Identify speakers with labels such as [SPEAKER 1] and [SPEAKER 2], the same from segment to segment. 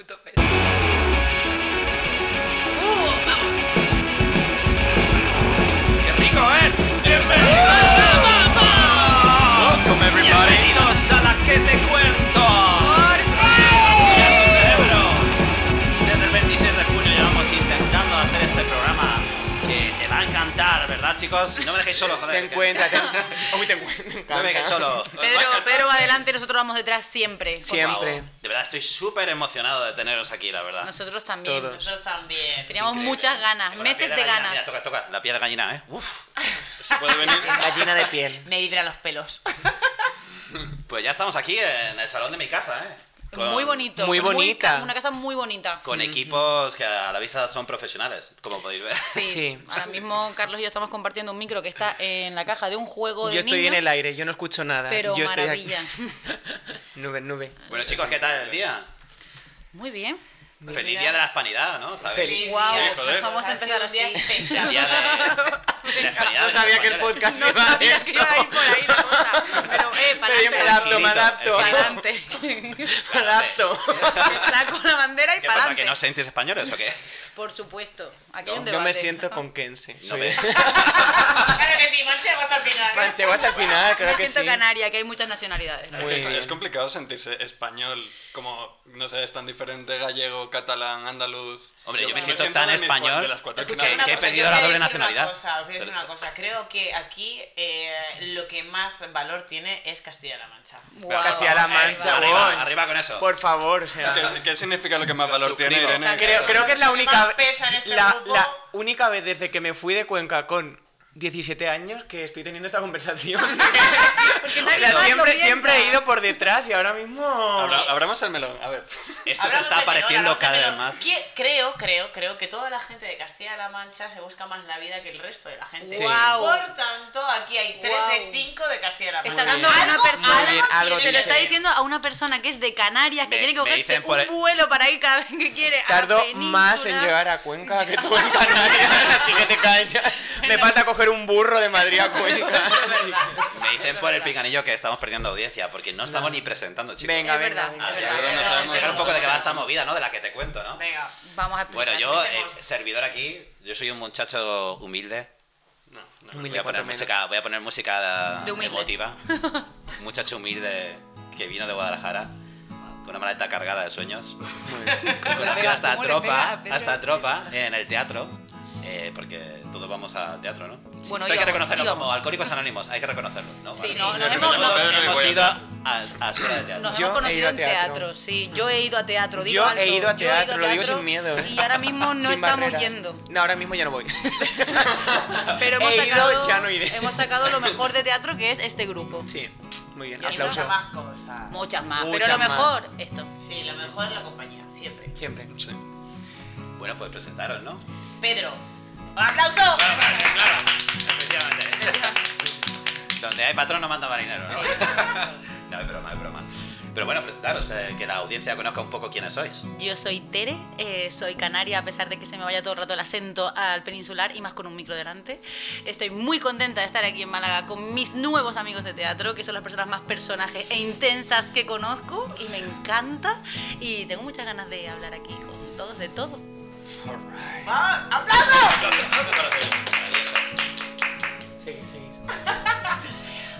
[SPEAKER 1] Uh, eh! este chicos. No me dejéis solo,
[SPEAKER 2] Te
[SPEAKER 1] joder. que-
[SPEAKER 2] encuentras, te Uy, te encuentras.
[SPEAKER 1] No me dejéis solo.
[SPEAKER 3] Pedro, Pedro va adelante, nosotros vamos detrás siempre.
[SPEAKER 1] Por favor.
[SPEAKER 2] Siempre.
[SPEAKER 1] De verdad, estoy súper emocionado de teneros aquí, la verdad.
[SPEAKER 3] Nosotros también.
[SPEAKER 2] Todos.
[SPEAKER 3] Nosotros-
[SPEAKER 4] Nosotros también.
[SPEAKER 3] Teníamos
[SPEAKER 1] Increíble.
[SPEAKER 3] muchas ganas,
[SPEAKER 1] Tengo la
[SPEAKER 3] meses
[SPEAKER 1] piel
[SPEAKER 3] de
[SPEAKER 1] gallina.
[SPEAKER 3] ganas.
[SPEAKER 1] Mira, toca, toca. La piel de gallina, ¿eh? Uf. Se puede venir.
[SPEAKER 2] Gallina de piel.
[SPEAKER 4] Me vibra los pelos.
[SPEAKER 1] Pues ya estamos aquí en el salón de mi casa, ¿eh? Con-
[SPEAKER 3] Muy bonito.
[SPEAKER 2] Muy bonita.
[SPEAKER 3] ca- una casa muy bonita.
[SPEAKER 1] Con equipos que a la vista son profesionales, como podéis ver.
[SPEAKER 3] Sí.
[SPEAKER 2] Sí.
[SPEAKER 3] Ahora mismo Carlos y yo estamos compartiendo un micro que está en la caja de un juego de
[SPEAKER 2] Yo estoy
[SPEAKER 3] niños,
[SPEAKER 2] en el aire, yo no escucho nada.
[SPEAKER 3] Pero
[SPEAKER 2] yo estoy aquí.
[SPEAKER 3] maravilla.
[SPEAKER 2] Nube, nube.
[SPEAKER 1] Bueno, chicos, ¿qué tal el día?
[SPEAKER 3] Muy bien.
[SPEAKER 1] Feliz día de la hispanidad, ¿no? ¿Sabes?
[SPEAKER 2] Feliz. Sí,
[SPEAKER 3] Guau,
[SPEAKER 4] joder.
[SPEAKER 3] pues vamos a
[SPEAKER 4] Ha sido
[SPEAKER 3] empezar
[SPEAKER 4] un día
[SPEAKER 3] así.
[SPEAKER 4] especial.
[SPEAKER 1] Día de- de la hispanidad.
[SPEAKER 2] No sabía que el podcast
[SPEAKER 3] No
[SPEAKER 2] se iba a
[SPEAKER 3] sabía que
[SPEAKER 2] esto.
[SPEAKER 3] iba a ir por ahí la cosa, pero eh, para
[SPEAKER 2] Pero yo me adapto, me
[SPEAKER 1] Tranquilito,
[SPEAKER 2] adapto.
[SPEAKER 3] adelante.
[SPEAKER 2] Me adapto.
[SPEAKER 3] saco la bandera y
[SPEAKER 1] ¿Qué
[SPEAKER 3] para
[SPEAKER 1] pasa? ¿Que
[SPEAKER 3] adelante.
[SPEAKER 1] no os sentís españoles o qué?
[SPEAKER 3] Por supuesto, aquí
[SPEAKER 1] No,
[SPEAKER 3] donde
[SPEAKER 2] Yo me siento conquense.
[SPEAKER 1] No
[SPEAKER 2] Soy
[SPEAKER 1] me...
[SPEAKER 4] Claro que sí, manchemos hasta el final.
[SPEAKER 2] manchego hasta el final,
[SPEAKER 3] me
[SPEAKER 2] creo que
[SPEAKER 3] siento
[SPEAKER 2] sí.
[SPEAKER 3] canaria, que hay muchas nacionalidades.
[SPEAKER 2] Muy
[SPEAKER 5] es, que
[SPEAKER 2] bien.
[SPEAKER 5] es complicado sentirse español, como, no sé, es tan diferente gallego, catalán, andaluz.
[SPEAKER 1] Hombre, yo me siento
[SPEAKER 5] de
[SPEAKER 1] tan
[SPEAKER 5] mis cuatro-
[SPEAKER 1] español
[SPEAKER 5] de las cuatro
[SPEAKER 1] que-
[SPEAKER 5] finales.
[SPEAKER 4] Una
[SPEAKER 1] que he
[SPEAKER 4] cosa,
[SPEAKER 1] perdido
[SPEAKER 4] yo
[SPEAKER 1] la
[SPEAKER 4] os voy a
[SPEAKER 1] doble
[SPEAKER 4] decir una
[SPEAKER 1] nacionalidad.
[SPEAKER 4] cosa, os voy a decir una cosa. Creo que aquí eh, lo que más valor tiene es Castilla-La Mancha.
[SPEAKER 3] Guau.
[SPEAKER 2] Castilla-La
[SPEAKER 3] Ahí va.
[SPEAKER 2] Mancha,
[SPEAKER 1] arriba,
[SPEAKER 2] voy.
[SPEAKER 1] arriba con eso.
[SPEAKER 2] Por favor, o sea.
[SPEAKER 5] ¿Qué, qué significa lo que más
[SPEAKER 1] Lo
[SPEAKER 5] valor tiene
[SPEAKER 1] suscribo.
[SPEAKER 5] Irene?
[SPEAKER 2] Creo, creo que es la
[SPEAKER 4] Lo que más
[SPEAKER 2] única,
[SPEAKER 4] pesa en este
[SPEAKER 2] la,
[SPEAKER 4] grupo-
[SPEAKER 2] la única vez desde que me fui de Cuenca con 17 años que estoy teniendo esta conversación.
[SPEAKER 3] Porque
[SPEAKER 2] O
[SPEAKER 3] nadie
[SPEAKER 2] sea,
[SPEAKER 3] más lo
[SPEAKER 2] siempre,
[SPEAKER 3] piensa.
[SPEAKER 2] siempre he ido por detrás y ahora mismo...
[SPEAKER 5] Abra- abramos el melón, a ver.
[SPEAKER 1] Esto se está
[SPEAKER 4] Hablamos de menor,
[SPEAKER 1] apareciendo
[SPEAKER 4] hablamos de
[SPEAKER 1] cada vez
[SPEAKER 4] menor.
[SPEAKER 1] más.
[SPEAKER 4] Que- Creo, creo, creo que toda la gente de Castilla-La Mancha se busca más la vida que el resto de la gente.
[SPEAKER 2] Sí.
[SPEAKER 3] Guau.
[SPEAKER 4] Por tanto, aquí hay 3
[SPEAKER 3] Guau.
[SPEAKER 4] de 5 de Castilla-La Mancha.
[SPEAKER 3] Está hablando
[SPEAKER 2] bien.
[SPEAKER 3] a una
[SPEAKER 4] Algo-
[SPEAKER 3] persona,
[SPEAKER 2] Muy bien, algo
[SPEAKER 3] se lo
[SPEAKER 2] tiene
[SPEAKER 3] está
[SPEAKER 2] que ver.
[SPEAKER 3] diciendo a una persona que es de Canarias, que
[SPEAKER 1] Me-
[SPEAKER 3] tiene que
[SPEAKER 1] me
[SPEAKER 3] cogerse
[SPEAKER 1] dicen por
[SPEAKER 3] un
[SPEAKER 1] el-
[SPEAKER 3] vuelo para ir cada vez que quiere. a la
[SPEAKER 2] Tardo más en
[SPEAKER 3] península.
[SPEAKER 2] llegar a Cuenca que tú en Canarias, así que te callas. Me falta coger un burro de Madrid a Cuenca.
[SPEAKER 1] Me dicen por el picanillo que estamos perdiendo audiencia, porque no estamos ni presentando, chicos. Ah,
[SPEAKER 2] Venga,
[SPEAKER 3] Es
[SPEAKER 2] venga.
[SPEAKER 3] verdad, es
[SPEAKER 2] venga.
[SPEAKER 1] Ya
[SPEAKER 3] verdad.
[SPEAKER 1] luego nos sabemos dejar un poco de que va esta
[SPEAKER 4] Venga.
[SPEAKER 1] movida, ¿no? De la que te cuento, ¿no?
[SPEAKER 4] Venga.
[SPEAKER 3] Vamos a explicar.
[SPEAKER 1] Bueno, yo, eh,
[SPEAKER 4] Empecemos.
[SPEAKER 1] servidor aquí, yo soy un muchacho humilde.
[SPEAKER 5] No, no.
[SPEAKER 1] Voy
[SPEAKER 2] Humilde
[SPEAKER 1] a poner
[SPEAKER 2] cuanto menos.
[SPEAKER 1] música, voy a poner música
[SPEAKER 3] De humilde.
[SPEAKER 1] emotiva. Un muchacho humilde que vino de Guadalajara con una maleta cargada de sueños. Conoció
[SPEAKER 3] pega-
[SPEAKER 1] a esta
[SPEAKER 3] cómo le pega a
[SPEAKER 1] tropa,
[SPEAKER 3] Pedro?
[SPEAKER 1] a esta tropa en el teatro, eh, porque todos vamos al teatro, ¿no?
[SPEAKER 3] Bueno,
[SPEAKER 1] Esto hay que
[SPEAKER 3] íbamos,
[SPEAKER 1] reconocerlo como
[SPEAKER 3] íbamos.
[SPEAKER 1] alcohólicos anónimos, hay que reconocerlo, ¿no?
[SPEAKER 3] Sí,
[SPEAKER 1] Vale.
[SPEAKER 3] no, nos
[SPEAKER 1] Todos
[SPEAKER 3] hemos- nos-
[SPEAKER 1] hemos
[SPEAKER 5] Pedro
[SPEAKER 1] ido a, a escuela de teatro.
[SPEAKER 3] Nos
[SPEAKER 2] Yo
[SPEAKER 3] hemos
[SPEAKER 2] he
[SPEAKER 3] conocido
[SPEAKER 2] ido a
[SPEAKER 3] en
[SPEAKER 2] teatro.
[SPEAKER 3] teatro. sí. Yo he ido a teatro, digo
[SPEAKER 2] Yo
[SPEAKER 3] alto,
[SPEAKER 2] he ido a teatro, lo digo
[SPEAKER 3] teatro
[SPEAKER 2] sin miedo. ¿eh?
[SPEAKER 3] Y ahora mismo no
[SPEAKER 2] Sin
[SPEAKER 3] estamos
[SPEAKER 2] barreras.
[SPEAKER 3] yendo.
[SPEAKER 2] No, ahora mismo ya no voy.
[SPEAKER 3] Pero hemos,
[SPEAKER 2] He ido,
[SPEAKER 3] sacado,
[SPEAKER 2] ya no iré.
[SPEAKER 3] hemos sacado lo mejor de teatro que es este grupo.
[SPEAKER 2] Sí, muy bien,
[SPEAKER 3] Y
[SPEAKER 4] Hay muchas
[SPEAKER 2] aplauso.
[SPEAKER 4] más cosas.
[SPEAKER 3] Muchas más,
[SPEAKER 2] Muchas
[SPEAKER 3] pero lo
[SPEAKER 2] más.
[SPEAKER 3] mejor, esto.
[SPEAKER 4] Sí, lo mejor es la compañía, siempre.
[SPEAKER 2] Siempre.
[SPEAKER 5] Sí.
[SPEAKER 1] Bueno, pues presentaros, ¿no?
[SPEAKER 4] Pedro, ¡un aplauso!
[SPEAKER 1] claro, efectivamente. Donde hay patrón no manda marinero, ¿no? no, es broma, es broma. Pero bueno, presentaros, eh, que la audiencia conozca un poco quiénes sois.
[SPEAKER 3] Yo soy Tere, eh, soy canaria a pesar de que se me vaya todo el rato el acento al peninsular y más con un micro delante. Estoy muy contenta de estar aquí en Málaga con mis nuevos amigos de teatro, que son las personas más personajes e intensas que conozco y me encanta. Y tengo muchas ganas de hablar aquí con todos de todo.
[SPEAKER 4] ¡Ah, ¡Aplauso!
[SPEAKER 2] Seguir, seguir.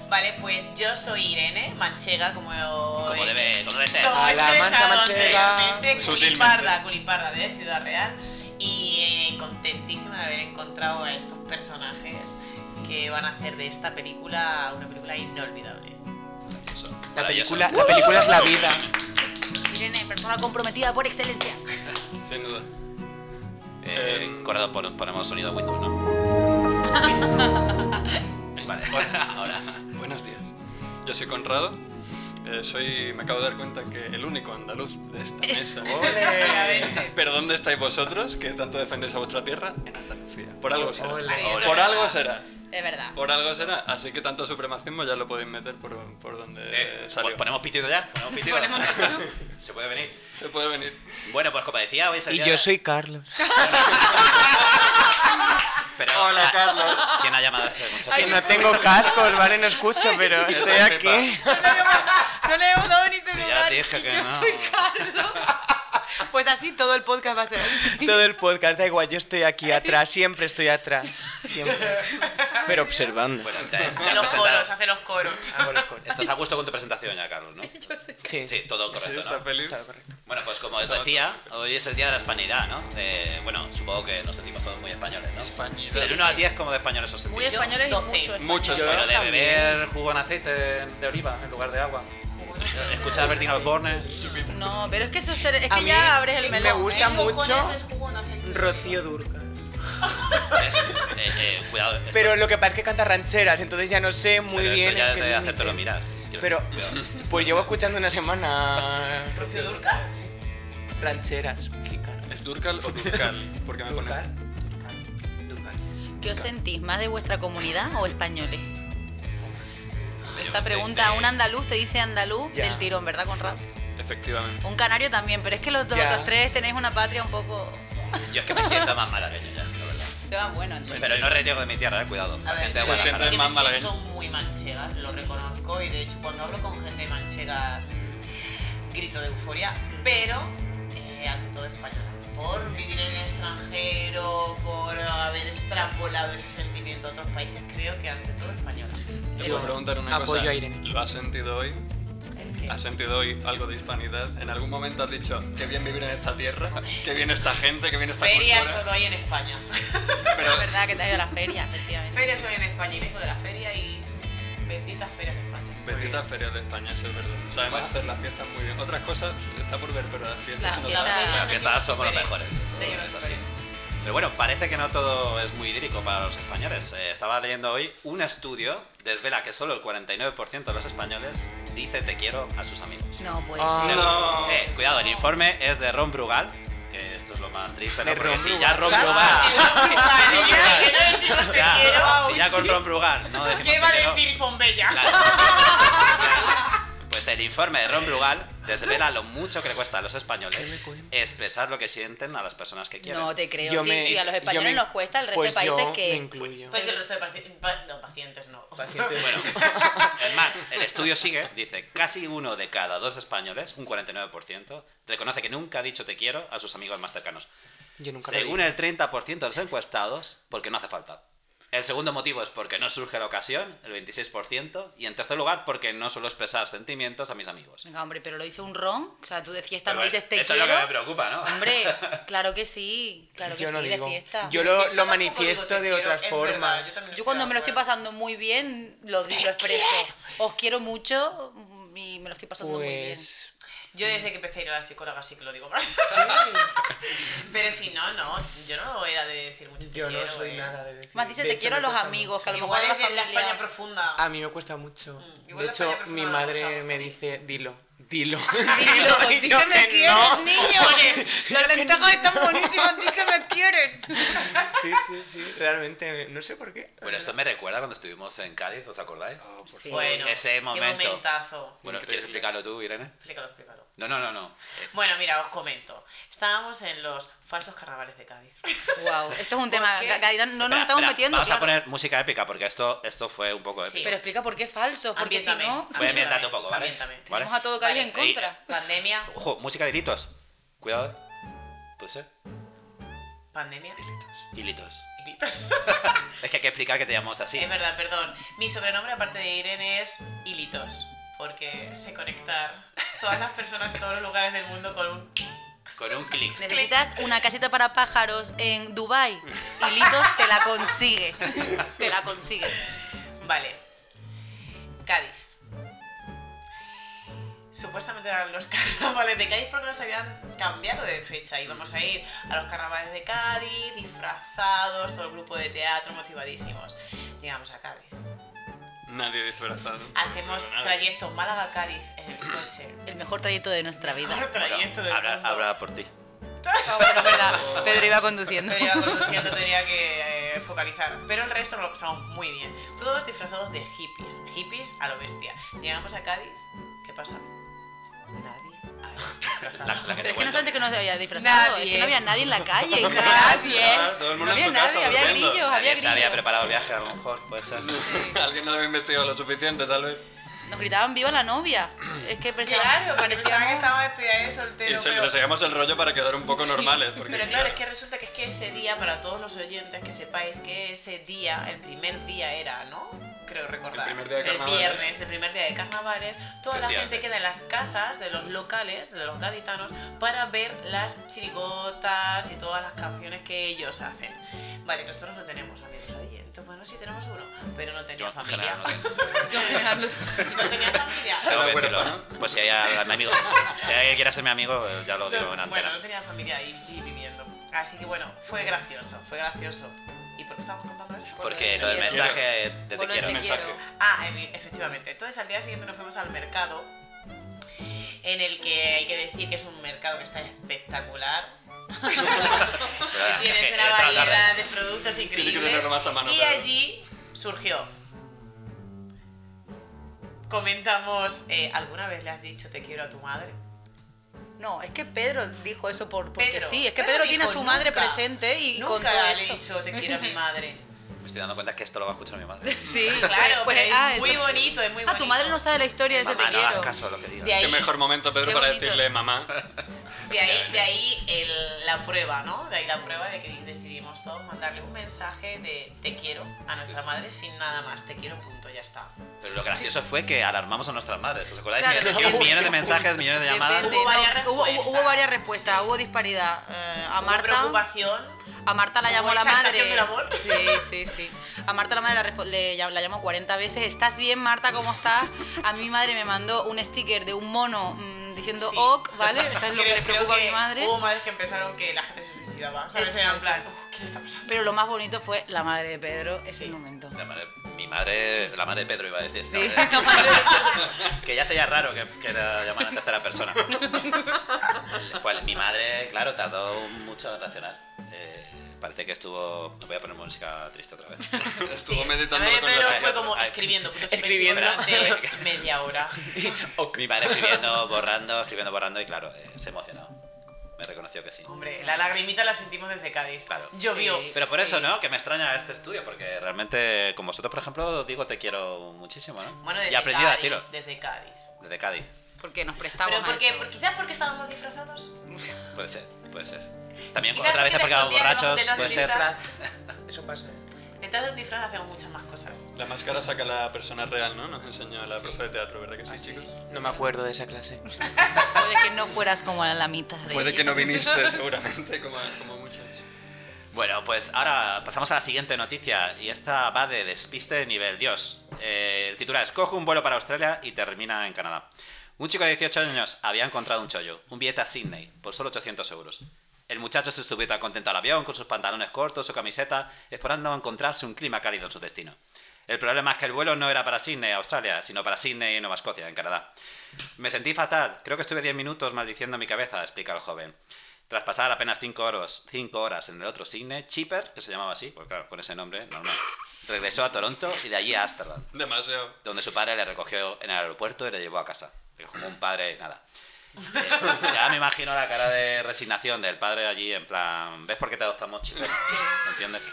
[SPEAKER 4] Vale, pues yo soy Irene Manchega, como...
[SPEAKER 1] Como debe, como debe ser.
[SPEAKER 4] Como
[SPEAKER 2] A la
[SPEAKER 4] expresaron
[SPEAKER 2] mancha manchega.
[SPEAKER 4] anteriormente,
[SPEAKER 5] Sutilmente.
[SPEAKER 4] culiparda, culiparda de Ciudad Real y eh, contentísima de haber encontrado a estos personajes que van a hacer de esta película una película inolvidable.
[SPEAKER 1] Maravilloso,
[SPEAKER 2] La
[SPEAKER 1] maravilloso.
[SPEAKER 2] película, la película es la vida.
[SPEAKER 3] Irene, persona comprometida por excelencia.
[SPEAKER 5] Sin duda.
[SPEAKER 1] Eh, Corrado, pon- ponemos sonido Windows, ¿no? Vale, ahora. eh,
[SPEAKER 5] Buenos días. Yo soy Conrado. eh, soy, me acabo de dar cuenta que el único andaluz de esta mesa.
[SPEAKER 1] Eh,
[SPEAKER 5] Pero ¿dónde estáis vosotros que tanto defendéis a vuestra tierra? En Andalucía. Por algo será.
[SPEAKER 2] Ole, Sí,
[SPEAKER 3] ole.
[SPEAKER 5] Por algo será.
[SPEAKER 3] Es verdad.
[SPEAKER 5] Por algo será. Así que tanto supremacismo ya lo podéis meter por, por donde
[SPEAKER 1] Eh,
[SPEAKER 5] salió.
[SPEAKER 1] ponemos pitido ya, ponemos pitido.
[SPEAKER 3] Ponemos pitido.
[SPEAKER 1] Se puede venir.
[SPEAKER 5] Se puede venir.
[SPEAKER 1] Bueno, pues como decía, hoy es el
[SPEAKER 2] Y
[SPEAKER 1] día
[SPEAKER 2] yo
[SPEAKER 1] de-
[SPEAKER 2] soy Carlos.
[SPEAKER 1] Pero,
[SPEAKER 5] Hola, Carlos.
[SPEAKER 1] ¿Quién ha llamado a este muchacho?
[SPEAKER 2] Que no tengo cascos, ¿vale? No escucho, pero estoy
[SPEAKER 5] Esa
[SPEAKER 2] aquí.
[SPEAKER 5] pepa.
[SPEAKER 3] No le hemos dado ni
[SPEAKER 1] Si ya dije que no.
[SPEAKER 3] Carlos. Pues así todo el podcast va a ser así.
[SPEAKER 2] Todo el podcast, da igual, yo estoy aquí atrás, siempre estoy atrás. Siempre. Pero observando.
[SPEAKER 1] Bueno, te- te han
[SPEAKER 4] Hace los
[SPEAKER 1] presentado.
[SPEAKER 4] coros, hace los coros.
[SPEAKER 2] Hago los coros.
[SPEAKER 1] Estás a gusto con tu presentación ya, Carlos, ¿no?
[SPEAKER 3] Yo sé.
[SPEAKER 2] Sí.
[SPEAKER 1] Sí, todo
[SPEAKER 5] Sí,
[SPEAKER 1] correcto,
[SPEAKER 5] está
[SPEAKER 1] ¿no?
[SPEAKER 5] feliz.
[SPEAKER 2] Está correcto.
[SPEAKER 1] Bueno, pues como os decía, hoy es el día de la hispanidad, ¿no? Eh, bueno, supongo que nos sentimos todos muy españoles, ¿no?
[SPEAKER 5] Españoles.
[SPEAKER 1] Del 1 al 10, ¿cómo de españoles os
[SPEAKER 3] Muy
[SPEAKER 1] sentís?
[SPEAKER 4] Yo,
[SPEAKER 3] españoles y
[SPEAKER 4] doce.
[SPEAKER 3] mucho español.
[SPEAKER 5] Mucho
[SPEAKER 2] Yo
[SPEAKER 1] Bueno, de
[SPEAKER 2] también.
[SPEAKER 1] beber jugo en aceite de oliva en lugar de agua. Escuchar a Bertín Osborne.
[SPEAKER 5] Chupito.
[SPEAKER 3] No, pero es que eso es ser- es
[SPEAKER 2] A
[SPEAKER 3] que
[SPEAKER 2] mí
[SPEAKER 3] ya abres el
[SPEAKER 2] me
[SPEAKER 3] melón.
[SPEAKER 2] gusta
[SPEAKER 3] ¿eh?
[SPEAKER 2] mucho.
[SPEAKER 3] Cojones es jugo en aceite.
[SPEAKER 2] Rocío Durca.
[SPEAKER 1] Es, eh, eh, cuidado. esto-
[SPEAKER 2] Pero lo que pasa es que canta rancheras, entonces ya no sé muy
[SPEAKER 1] pero
[SPEAKER 2] bien.
[SPEAKER 1] Esto ya
[SPEAKER 2] en
[SPEAKER 1] es
[SPEAKER 2] qué
[SPEAKER 1] de
[SPEAKER 2] límite.
[SPEAKER 1] hacértelo mirar. Quiero
[SPEAKER 2] Pero,
[SPEAKER 1] decir, cuidado.
[SPEAKER 2] pues llevo escuchando una semana
[SPEAKER 4] ¿Rocío Durca?
[SPEAKER 2] rancheras mexicanas.
[SPEAKER 5] ¿Es Durcal o Durcal? Porque
[SPEAKER 1] Ah,
[SPEAKER 5] me pone.
[SPEAKER 2] Durcal, Durcal, Durcal.
[SPEAKER 3] ¿Qué os sentís, más de vuestra comunidad o españoles? Esa
[SPEAKER 5] Yo,
[SPEAKER 3] pregunta,
[SPEAKER 5] de- de-
[SPEAKER 3] un andaluz te dice andaluz
[SPEAKER 2] Ya.
[SPEAKER 3] del tirón, ¿verdad, Conrad?
[SPEAKER 5] Efectivamente.
[SPEAKER 3] Un canario también, pero es que los dos,
[SPEAKER 2] Ya.
[SPEAKER 3] los tres tenéis una patria un poco...
[SPEAKER 1] Yo es que me siento más malagueño ya, la verdad.
[SPEAKER 3] Te va bueno, entonces.
[SPEAKER 1] Pero no reniego de mi tierra, eh, cuidado.
[SPEAKER 4] A
[SPEAKER 1] La
[SPEAKER 4] ver,
[SPEAKER 1] gente de
[SPEAKER 4] yo sí
[SPEAKER 5] Siempre
[SPEAKER 1] Guadalajara.
[SPEAKER 5] es
[SPEAKER 4] que me
[SPEAKER 5] más malagueño.
[SPEAKER 4] siento muy manchega, lo reconozco, y de hecho cuando hablo con gente manchega mm, grito de euforia, pero eh, ante todo española. Por vivir en el extranjero, por haber extrapolado ese sentimiento a otros países, creo que ante todo española.
[SPEAKER 5] Te
[SPEAKER 2] Yo
[SPEAKER 5] puedo preguntar una
[SPEAKER 2] apoyo
[SPEAKER 5] cosa.
[SPEAKER 2] a Irene.
[SPEAKER 5] ¿Lo has sentido hoy?
[SPEAKER 4] El que-
[SPEAKER 5] ¿Has sentido hoy algo de hispanidad? ¿En algún momento has dicho qué bien vivir en esta tierra? ¿Qué bien esta gente? ¿Qué bien esta
[SPEAKER 4] Feria
[SPEAKER 5] cultura?
[SPEAKER 4] solo hay en España.
[SPEAKER 5] Pero
[SPEAKER 3] Es verdad que te ha ido a la feria, efectivamente.
[SPEAKER 4] Feria solo hay en España y vengo de la feria y benditas ferias de España.
[SPEAKER 5] benditas ferias de España, eso es verdad. Sabemos hacer las fiestas muy bien. Otras cosas está por ver, pero las
[SPEAKER 3] Las
[SPEAKER 5] fiestas son
[SPEAKER 3] fiestas-
[SPEAKER 5] otras.
[SPEAKER 1] Las fiestas somos los mejores, eso
[SPEAKER 4] Sí,
[SPEAKER 1] es así. Pero bueno, parece que no todo es muy idílico para los españoles. Eh, estaba leyendo hoy un estudio desvela que solo el 49% de los españoles dice te quiero a sus amigos.
[SPEAKER 3] No, pues...
[SPEAKER 2] Ah.
[SPEAKER 1] Te-
[SPEAKER 5] No.
[SPEAKER 1] Eh, cuidado, el informe es de Ron Brugal, que esto es lo más triste, ¿no?
[SPEAKER 2] De
[SPEAKER 1] Porque
[SPEAKER 2] Ron
[SPEAKER 1] si ya Ron
[SPEAKER 2] Brugal.
[SPEAKER 1] Brugal...
[SPEAKER 4] Vale, ya, que no decimos te
[SPEAKER 1] Ya,
[SPEAKER 4] quiero,
[SPEAKER 1] si ya con Ron Brugal, no decimos
[SPEAKER 4] ¿Qué
[SPEAKER 1] te
[SPEAKER 4] va a
[SPEAKER 1] quiero,
[SPEAKER 4] decir Fombella?
[SPEAKER 1] claro. Pues el informe de Ron Brugal desvela lo mucho que le cuesta a los españoles expresar lo que sienten a las personas que quieren.
[SPEAKER 3] No te creo,
[SPEAKER 2] Yo
[SPEAKER 3] sí,
[SPEAKER 2] me-
[SPEAKER 3] sí, a los
[SPEAKER 2] yo
[SPEAKER 3] españoles
[SPEAKER 2] me-
[SPEAKER 3] nos cuesta, el resto
[SPEAKER 2] pues
[SPEAKER 3] de países
[SPEAKER 2] yo
[SPEAKER 3] que...
[SPEAKER 2] Me incluyo.
[SPEAKER 4] Pues el resto de pacientes. No, pacientes no.
[SPEAKER 2] Paciente-
[SPEAKER 1] Bueno, es más, el estudio sigue, dice, casi uno de cada dos españoles, un 49%, reconoce que nunca ha dicho te quiero a sus amigos más cercanos.
[SPEAKER 2] Yo nunca lo
[SPEAKER 1] Según
[SPEAKER 2] digo.
[SPEAKER 1] el 30% de los encuestados, porque no hace falta. El segundo motivo es porque no surge la ocasión, el 26%, y en tercer lugar porque no suelo expresar sentimientos a mis amigos.
[SPEAKER 3] Venga, hombre, pero lo dice un ron, o sea, tú de fiesta
[SPEAKER 1] Pero
[SPEAKER 3] no dices
[SPEAKER 1] es-
[SPEAKER 3] te
[SPEAKER 1] eso
[SPEAKER 3] quiero.
[SPEAKER 1] es lo que me preocupa, ¿no?
[SPEAKER 3] Hombre, claro que sí, claro que
[SPEAKER 2] Yo
[SPEAKER 3] sí,
[SPEAKER 2] no
[SPEAKER 3] de
[SPEAKER 2] digo.
[SPEAKER 3] fiesta.
[SPEAKER 2] Yo
[SPEAKER 3] Yo,
[SPEAKER 2] lo-
[SPEAKER 4] Es que
[SPEAKER 2] lo
[SPEAKER 4] tampoco
[SPEAKER 2] manifiesto
[SPEAKER 4] digo te
[SPEAKER 2] de
[SPEAKER 4] quiero,
[SPEAKER 2] otras
[SPEAKER 4] es
[SPEAKER 2] formas.
[SPEAKER 4] verdad, yo también
[SPEAKER 3] cuando me lo estoy
[SPEAKER 4] de acuerdo.
[SPEAKER 3] pasando muy bien, lo, di- lo expreso. Os quiero mucho y me lo estoy pasando muy bien.
[SPEAKER 2] Pues.
[SPEAKER 4] Yo desde que empecé a ir a la psicóloga sí que lo digo más. Pero si no, no. Yo no era de decir mucho te
[SPEAKER 2] Yo
[SPEAKER 4] quiero.
[SPEAKER 2] no soy
[SPEAKER 4] eh.
[SPEAKER 2] nada de decir.
[SPEAKER 3] Más dice
[SPEAKER 2] De
[SPEAKER 3] te
[SPEAKER 2] hecho,
[SPEAKER 3] quiero a
[SPEAKER 2] me
[SPEAKER 3] los
[SPEAKER 2] cuesta
[SPEAKER 3] amigos, que a lo mejor
[SPEAKER 4] Igual
[SPEAKER 3] a
[SPEAKER 4] es
[SPEAKER 3] la
[SPEAKER 4] de la
[SPEAKER 3] familia.
[SPEAKER 4] España profunda.
[SPEAKER 2] A mí me cuesta mucho.
[SPEAKER 4] Mm,
[SPEAKER 2] De
[SPEAKER 4] igual la
[SPEAKER 2] hecho,
[SPEAKER 4] España
[SPEAKER 2] mi
[SPEAKER 4] profunda me gusta
[SPEAKER 2] madre
[SPEAKER 4] más
[SPEAKER 2] me
[SPEAKER 4] también.
[SPEAKER 2] dice, dilo, dilo.
[SPEAKER 3] Dilo,
[SPEAKER 2] Y
[SPEAKER 3] di
[SPEAKER 2] yo
[SPEAKER 3] que me quieres,
[SPEAKER 2] no. Pues,
[SPEAKER 3] niños. Los lentajos están buenísimos, di que me quieres.
[SPEAKER 1] Pues,
[SPEAKER 2] Sí, sí, sí, realmente, no sé por qué.
[SPEAKER 1] Bueno, esto me recuerda cuando estuvimos en Cádiz, ¿os acordáis?
[SPEAKER 5] Oh, por
[SPEAKER 3] Sí.
[SPEAKER 4] Bueno,
[SPEAKER 1] Ese momento.
[SPEAKER 4] Qué momentazo.
[SPEAKER 1] Bueno,
[SPEAKER 5] Increíble.
[SPEAKER 1] ¿quieres explicarlo tú, Irene?
[SPEAKER 4] Explícalo, explícalo.
[SPEAKER 1] No, no, no, no.
[SPEAKER 4] Bueno, mira, os comento. Estábamos en los falsos carnavales de Cádiz.
[SPEAKER 3] Wow, esto es un tema,
[SPEAKER 4] qué?
[SPEAKER 3] Ga- Gaidán, no nos
[SPEAKER 1] Espera,
[SPEAKER 3] estamos
[SPEAKER 1] espera,
[SPEAKER 3] metiendo.
[SPEAKER 1] Vamos a
[SPEAKER 3] claro.
[SPEAKER 1] poner música épica porque esto, esto fue un poco épico.
[SPEAKER 4] Sí.
[SPEAKER 3] Pero explica por qué es falso, porque si
[SPEAKER 4] Ambiéntame.
[SPEAKER 3] no,
[SPEAKER 1] Voy a ambientarte un poco, ¿vale?
[SPEAKER 4] Ambiéntame.
[SPEAKER 1] ¿Vale?
[SPEAKER 3] vamos a todo caer en
[SPEAKER 1] Vale, ahí-
[SPEAKER 3] contra.
[SPEAKER 4] Pandemia.
[SPEAKER 1] Ojo, música de hilitos. Cuidado. ¿eh? Puede ser.
[SPEAKER 4] Pandemia.
[SPEAKER 1] Hilitos.
[SPEAKER 4] Hilitos.
[SPEAKER 1] Es que hay que explicar que te llamamos así.
[SPEAKER 4] Es verdad, perdón. Mi sobrenombre, aparte de Irene, es Hilitos. Porque sé conectar todas las personas en todos los lugares del mundo con un.
[SPEAKER 1] Con un clic.
[SPEAKER 3] Necesitas una casita para pájaros en Dubai. Hilitos te la consigue. Te la consigue.
[SPEAKER 4] Vale. Cádiz. Supuestamente eran los carnavales de Cádiz porque los habían cambiado de fecha. Íbamos a ir a los carnavales de Cádiz, disfrazados, todo el grupo de teatro, motivadísimos. Llegamos a Cádiz.
[SPEAKER 5] Nadie disfrazado.
[SPEAKER 4] Hacemos
[SPEAKER 5] Pero nada.
[SPEAKER 4] trayecto Málaga-Cádiz en el coche.
[SPEAKER 3] El mejor trayecto de nuestra vida.
[SPEAKER 4] Mejor trayecto del
[SPEAKER 1] habla,
[SPEAKER 4] mundo.
[SPEAKER 1] habla por ti.
[SPEAKER 3] Bueno, verdad, Pedro iba conduciendo.
[SPEAKER 4] Pero iba conduciendo, tenía que eh, focalizar. Pero el resto nos lo pasamos muy bien. Todos disfrazados de hippies. Hippies a lo bestia. Llegamos a Cádiz. ¿Qué pasa? Nadie. ahí disfrazado.
[SPEAKER 1] La
[SPEAKER 3] Pero es
[SPEAKER 1] que te
[SPEAKER 3] que no
[SPEAKER 1] cuento.
[SPEAKER 3] sabes que no se había disfrazado. Es que
[SPEAKER 4] Nadie.
[SPEAKER 3] no había nadie en la calle. en general.
[SPEAKER 4] Nadie.
[SPEAKER 5] Ah, Todo el
[SPEAKER 3] No
[SPEAKER 5] mundo en
[SPEAKER 3] había
[SPEAKER 5] su casa
[SPEAKER 3] nadie, había
[SPEAKER 5] durmiendo.
[SPEAKER 3] grillos, había
[SPEAKER 1] Nadie se había
[SPEAKER 3] grillos.
[SPEAKER 1] preparado el viaje, a lo mejor, puede ser.
[SPEAKER 5] Alguien no había investigado lo suficiente, tal vez.
[SPEAKER 3] Nos gritaban viva la novia. Es que pensaba-
[SPEAKER 4] Claro, porque pensaban que
[SPEAKER 3] parecíamos-
[SPEAKER 4] estaba despedida de
[SPEAKER 5] Y
[SPEAKER 4] soltero.
[SPEAKER 5] se,
[SPEAKER 4] pero...
[SPEAKER 5] nos sacamos el rollo para quedar un poco normales. Porque,
[SPEAKER 4] Pero claro, es que resulta que es que ese día, para todos los oyentes que sepáis que ese día, el primer día era, ¿no? Creo recordar.
[SPEAKER 5] El primer día de carnavales.
[SPEAKER 4] viernes, el primer día de carnavales, toda la
[SPEAKER 1] Efectivamente.
[SPEAKER 4] gente queda en las casas de los locales, de los gaditanos, para ver las chirigotas y todas las canciones que ellos hacen. Vale, nosotros no tenemos amigos oyentes. Bueno, sí tenemos uno, pero no tenía
[SPEAKER 1] Yo, en
[SPEAKER 4] familia.
[SPEAKER 1] general, no tengo.
[SPEAKER 4] no tenía familia.
[SPEAKER 1] Tengo que
[SPEAKER 5] Bueno,
[SPEAKER 1] decirlo,
[SPEAKER 5] bueno.
[SPEAKER 1] ¿no? Pues si hay, a- a mi amigo, si hay alguien que quiera ser mi amigo, eh, ya lo digo en
[SPEAKER 4] No,
[SPEAKER 1] antena.
[SPEAKER 4] bueno, no tenía familia allí viviendo. Así que bueno, fue gracioso, fue gracioso. ¿Y por qué estábamos contando esto?
[SPEAKER 1] Porque lo del
[SPEAKER 5] Quiero.
[SPEAKER 1] mensaje eh, desde
[SPEAKER 3] Volverte
[SPEAKER 1] quiero.
[SPEAKER 5] Un mensaje.
[SPEAKER 4] Ah, evi- efectivamente. Entonces al día siguiente nos fuimos al mercado, en el que hay que decir que es un mercado que está espectacular. que tienes una
[SPEAKER 1] Ah, Entra tarde.
[SPEAKER 4] variedad de productos
[SPEAKER 5] que
[SPEAKER 4] increíbles.
[SPEAKER 5] tenerlo más a mano,
[SPEAKER 4] y
[SPEAKER 5] claro.
[SPEAKER 4] allí surgió. Comentamos, eh, ¿alguna vez le has dicho te quiero a tu madre?
[SPEAKER 3] No, es que Pedro dijo eso por, porque
[SPEAKER 4] Pedro.
[SPEAKER 3] sí. Es que Pedro, tiene a
[SPEAKER 4] dijo,
[SPEAKER 3] su madre
[SPEAKER 4] "Nunca,
[SPEAKER 3] presente y
[SPEAKER 4] nunca
[SPEAKER 3] contó
[SPEAKER 4] le he
[SPEAKER 3] esto".
[SPEAKER 4] dicho te quiero a mi madre.
[SPEAKER 1] Me estoy dando cuenta que esto lo va a escuchar mi madre.
[SPEAKER 3] Sí,
[SPEAKER 4] Claro,
[SPEAKER 3] pues,
[SPEAKER 4] pero
[SPEAKER 3] ah,
[SPEAKER 4] es muy
[SPEAKER 3] eso.
[SPEAKER 4] bonito, es muy bonito.
[SPEAKER 3] Ah, tu madre no sabe la historia de ese
[SPEAKER 1] Mamá,
[SPEAKER 3] te
[SPEAKER 1] no hagas
[SPEAKER 3] quiero.
[SPEAKER 1] caso a lo que diga.
[SPEAKER 4] De ahí,
[SPEAKER 5] Qué mejor momento, Pedro,
[SPEAKER 3] Qué
[SPEAKER 5] para
[SPEAKER 3] bonito.
[SPEAKER 5] decirle mamá.
[SPEAKER 4] de ahí, de ahí el- la prueba, ¿no? De ahí la prueba de que decidimos todos mandarle un mensaje de te quiero a nuestra
[SPEAKER 1] Sí, sí.
[SPEAKER 4] madre sin nada más, te quiero, punto, ya está.
[SPEAKER 1] Pero lo gracioso fue que alarmamos a nuestras madres. ¿Os acordáis?
[SPEAKER 3] Claro.
[SPEAKER 1] Que recibimos millones de mensajes, millones de
[SPEAKER 3] Sí, sí,
[SPEAKER 1] llamadas.
[SPEAKER 3] sí,
[SPEAKER 4] Hubo
[SPEAKER 3] no,
[SPEAKER 4] varias
[SPEAKER 3] hubo- hubo-
[SPEAKER 4] respuestas.
[SPEAKER 3] hubo varias respuestas, hubo disparidad. Eh, a
[SPEAKER 4] Hubo
[SPEAKER 3] Marta,
[SPEAKER 4] preocupación,
[SPEAKER 3] a Marta la
[SPEAKER 4] hubo
[SPEAKER 3] llamó la
[SPEAKER 4] exaltación
[SPEAKER 3] madre.
[SPEAKER 4] del amor.
[SPEAKER 3] Sí, sí, sí. A Marta la madre la, respo- le llam- la llamó 40 veces. ¿Estás bien, Marta? ¿Cómo estás? A mi madre me mandó un sticker de un mono mm, diciendo
[SPEAKER 4] Sí.
[SPEAKER 3] ok, ¿vale? Eso es lo que
[SPEAKER 4] creo-
[SPEAKER 3] le
[SPEAKER 4] creo
[SPEAKER 3] preocupa a mi
[SPEAKER 4] que
[SPEAKER 3] madre.
[SPEAKER 4] Hubo madres que empezaron que la gente se suicidaba, ¿sabes? Era en
[SPEAKER 3] Exacto.
[SPEAKER 4] plan, "Uf, ¿qué le está pasando?
[SPEAKER 3] Pero lo más bonito fue la madre de Pedro ese
[SPEAKER 4] Sí.
[SPEAKER 3] momento.
[SPEAKER 1] La madre- mi madre, la madre de Pedro iba a decir.
[SPEAKER 3] Sí,
[SPEAKER 1] la
[SPEAKER 3] la
[SPEAKER 1] madre-
[SPEAKER 3] madre de-
[SPEAKER 1] que ya sería raro que, que la llamaran en tercera persona. Pues mi madre, claro, tardó mucho en reaccionar. Eh, parece que estuvo. Voy a poner música triste otra vez.
[SPEAKER 5] Estuvo
[SPEAKER 4] La
[SPEAKER 5] meditando
[SPEAKER 4] madre de
[SPEAKER 5] con la
[SPEAKER 4] Pedro
[SPEAKER 1] las-
[SPEAKER 4] fue como
[SPEAKER 1] Ay.
[SPEAKER 4] escribiendo, puntos
[SPEAKER 2] Escribiendo.
[SPEAKER 4] suspensivos durante media hora.
[SPEAKER 1] Mi madre escribiendo, borrando, escribiendo, borrando y claro, eh, se emocionó. Me reconoció que sí.
[SPEAKER 4] Hombre, la lagrimita la sentimos desde Cádiz.
[SPEAKER 1] Claro.
[SPEAKER 4] Llovió.
[SPEAKER 3] Sí.
[SPEAKER 1] Pero por eso, ¿no? Que me extraña este estudio, porque realmente con vosotros, por ejemplo, digo te quiero muchísimo, ¿no?
[SPEAKER 4] Bueno, desde
[SPEAKER 1] y aprendí a
[SPEAKER 4] Cádiz,
[SPEAKER 1] decirlo.
[SPEAKER 4] Desde Cádiz.
[SPEAKER 1] Desde Cádiz.
[SPEAKER 3] Porque nos prestamos
[SPEAKER 4] Pero
[SPEAKER 3] a
[SPEAKER 4] porque,
[SPEAKER 3] eso.
[SPEAKER 4] quizás porque estábamos disfrazados.
[SPEAKER 1] Puede ser, puede ser. También
[SPEAKER 4] Quizás
[SPEAKER 1] otra vez porque
[SPEAKER 4] porque te
[SPEAKER 1] vamos
[SPEAKER 4] escondías
[SPEAKER 1] borrachos,
[SPEAKER 4] debajo de
[SPEAKER 1] puede
[SPEAKER 4] un
[SPEAKER 1] ser.
[SPEAKER 4] disfraz.
[SPEAKER 2] Ah, Eso pasa. eh,
[SPEAKER 4] Detrás de un disfraz hacemos muchas más cosas.
[SPEAKER 5] La máscara saca la persona real, ¿no? Nos enseñó la profe de teatro, ¿verdad que
[SPEAKER 2] Ah,
[SPEAKER 5] sí, chicos?
[SPEAKER 2] No me acuerdo de esa clase.
[SPEAKER 3] Puede que no fueras como a la mitad de
[SPEAKER 5] Puede que no
[SPEAKER 3] ellos.
[SPEAKER 5] viniste, seguramente, como, como muchas.
[SPEAKER 1] Bueno, pues ahora pasamos a la siguiente noticia y esta va de despiste de nivel Dios. Eh, el titular es Coge un vuelo para Australia y termina en Canadá. Un chico de 18 años había encontrado un chollo, un billete a Sydney, por solo 800 euros. El muchacho se subió tan contento al avión con sus pantalones cortos, su camiseta, esperando encontrarse un clima cálido en su destino. El problema es que el vuelo no era para Sydney, Australia, sino para Sydney, Nueva Escocia, en Canadá. Me sentí fatal. Creo que estuve 10 minutos maldiciendo mi cabeza, explica el joven. Tras pasar apenas 5 horas, cinco horas en el otro cine, Chipper, que se llamaba así, pues claro, con ese nombre, normal, regresó a Toronto y de allí a Ámsterdam,
[SPEAKER 5] Demasiado.
[SPEAKER 1] donde su padre le recogió en el aeropuerto y le llevó a casa. Como un padre, nada. Eh, ya me imagino la cara de resignación del padre allí, en plan, ¿ves por qué te adoptamos, Chipper? ¿Entiendes?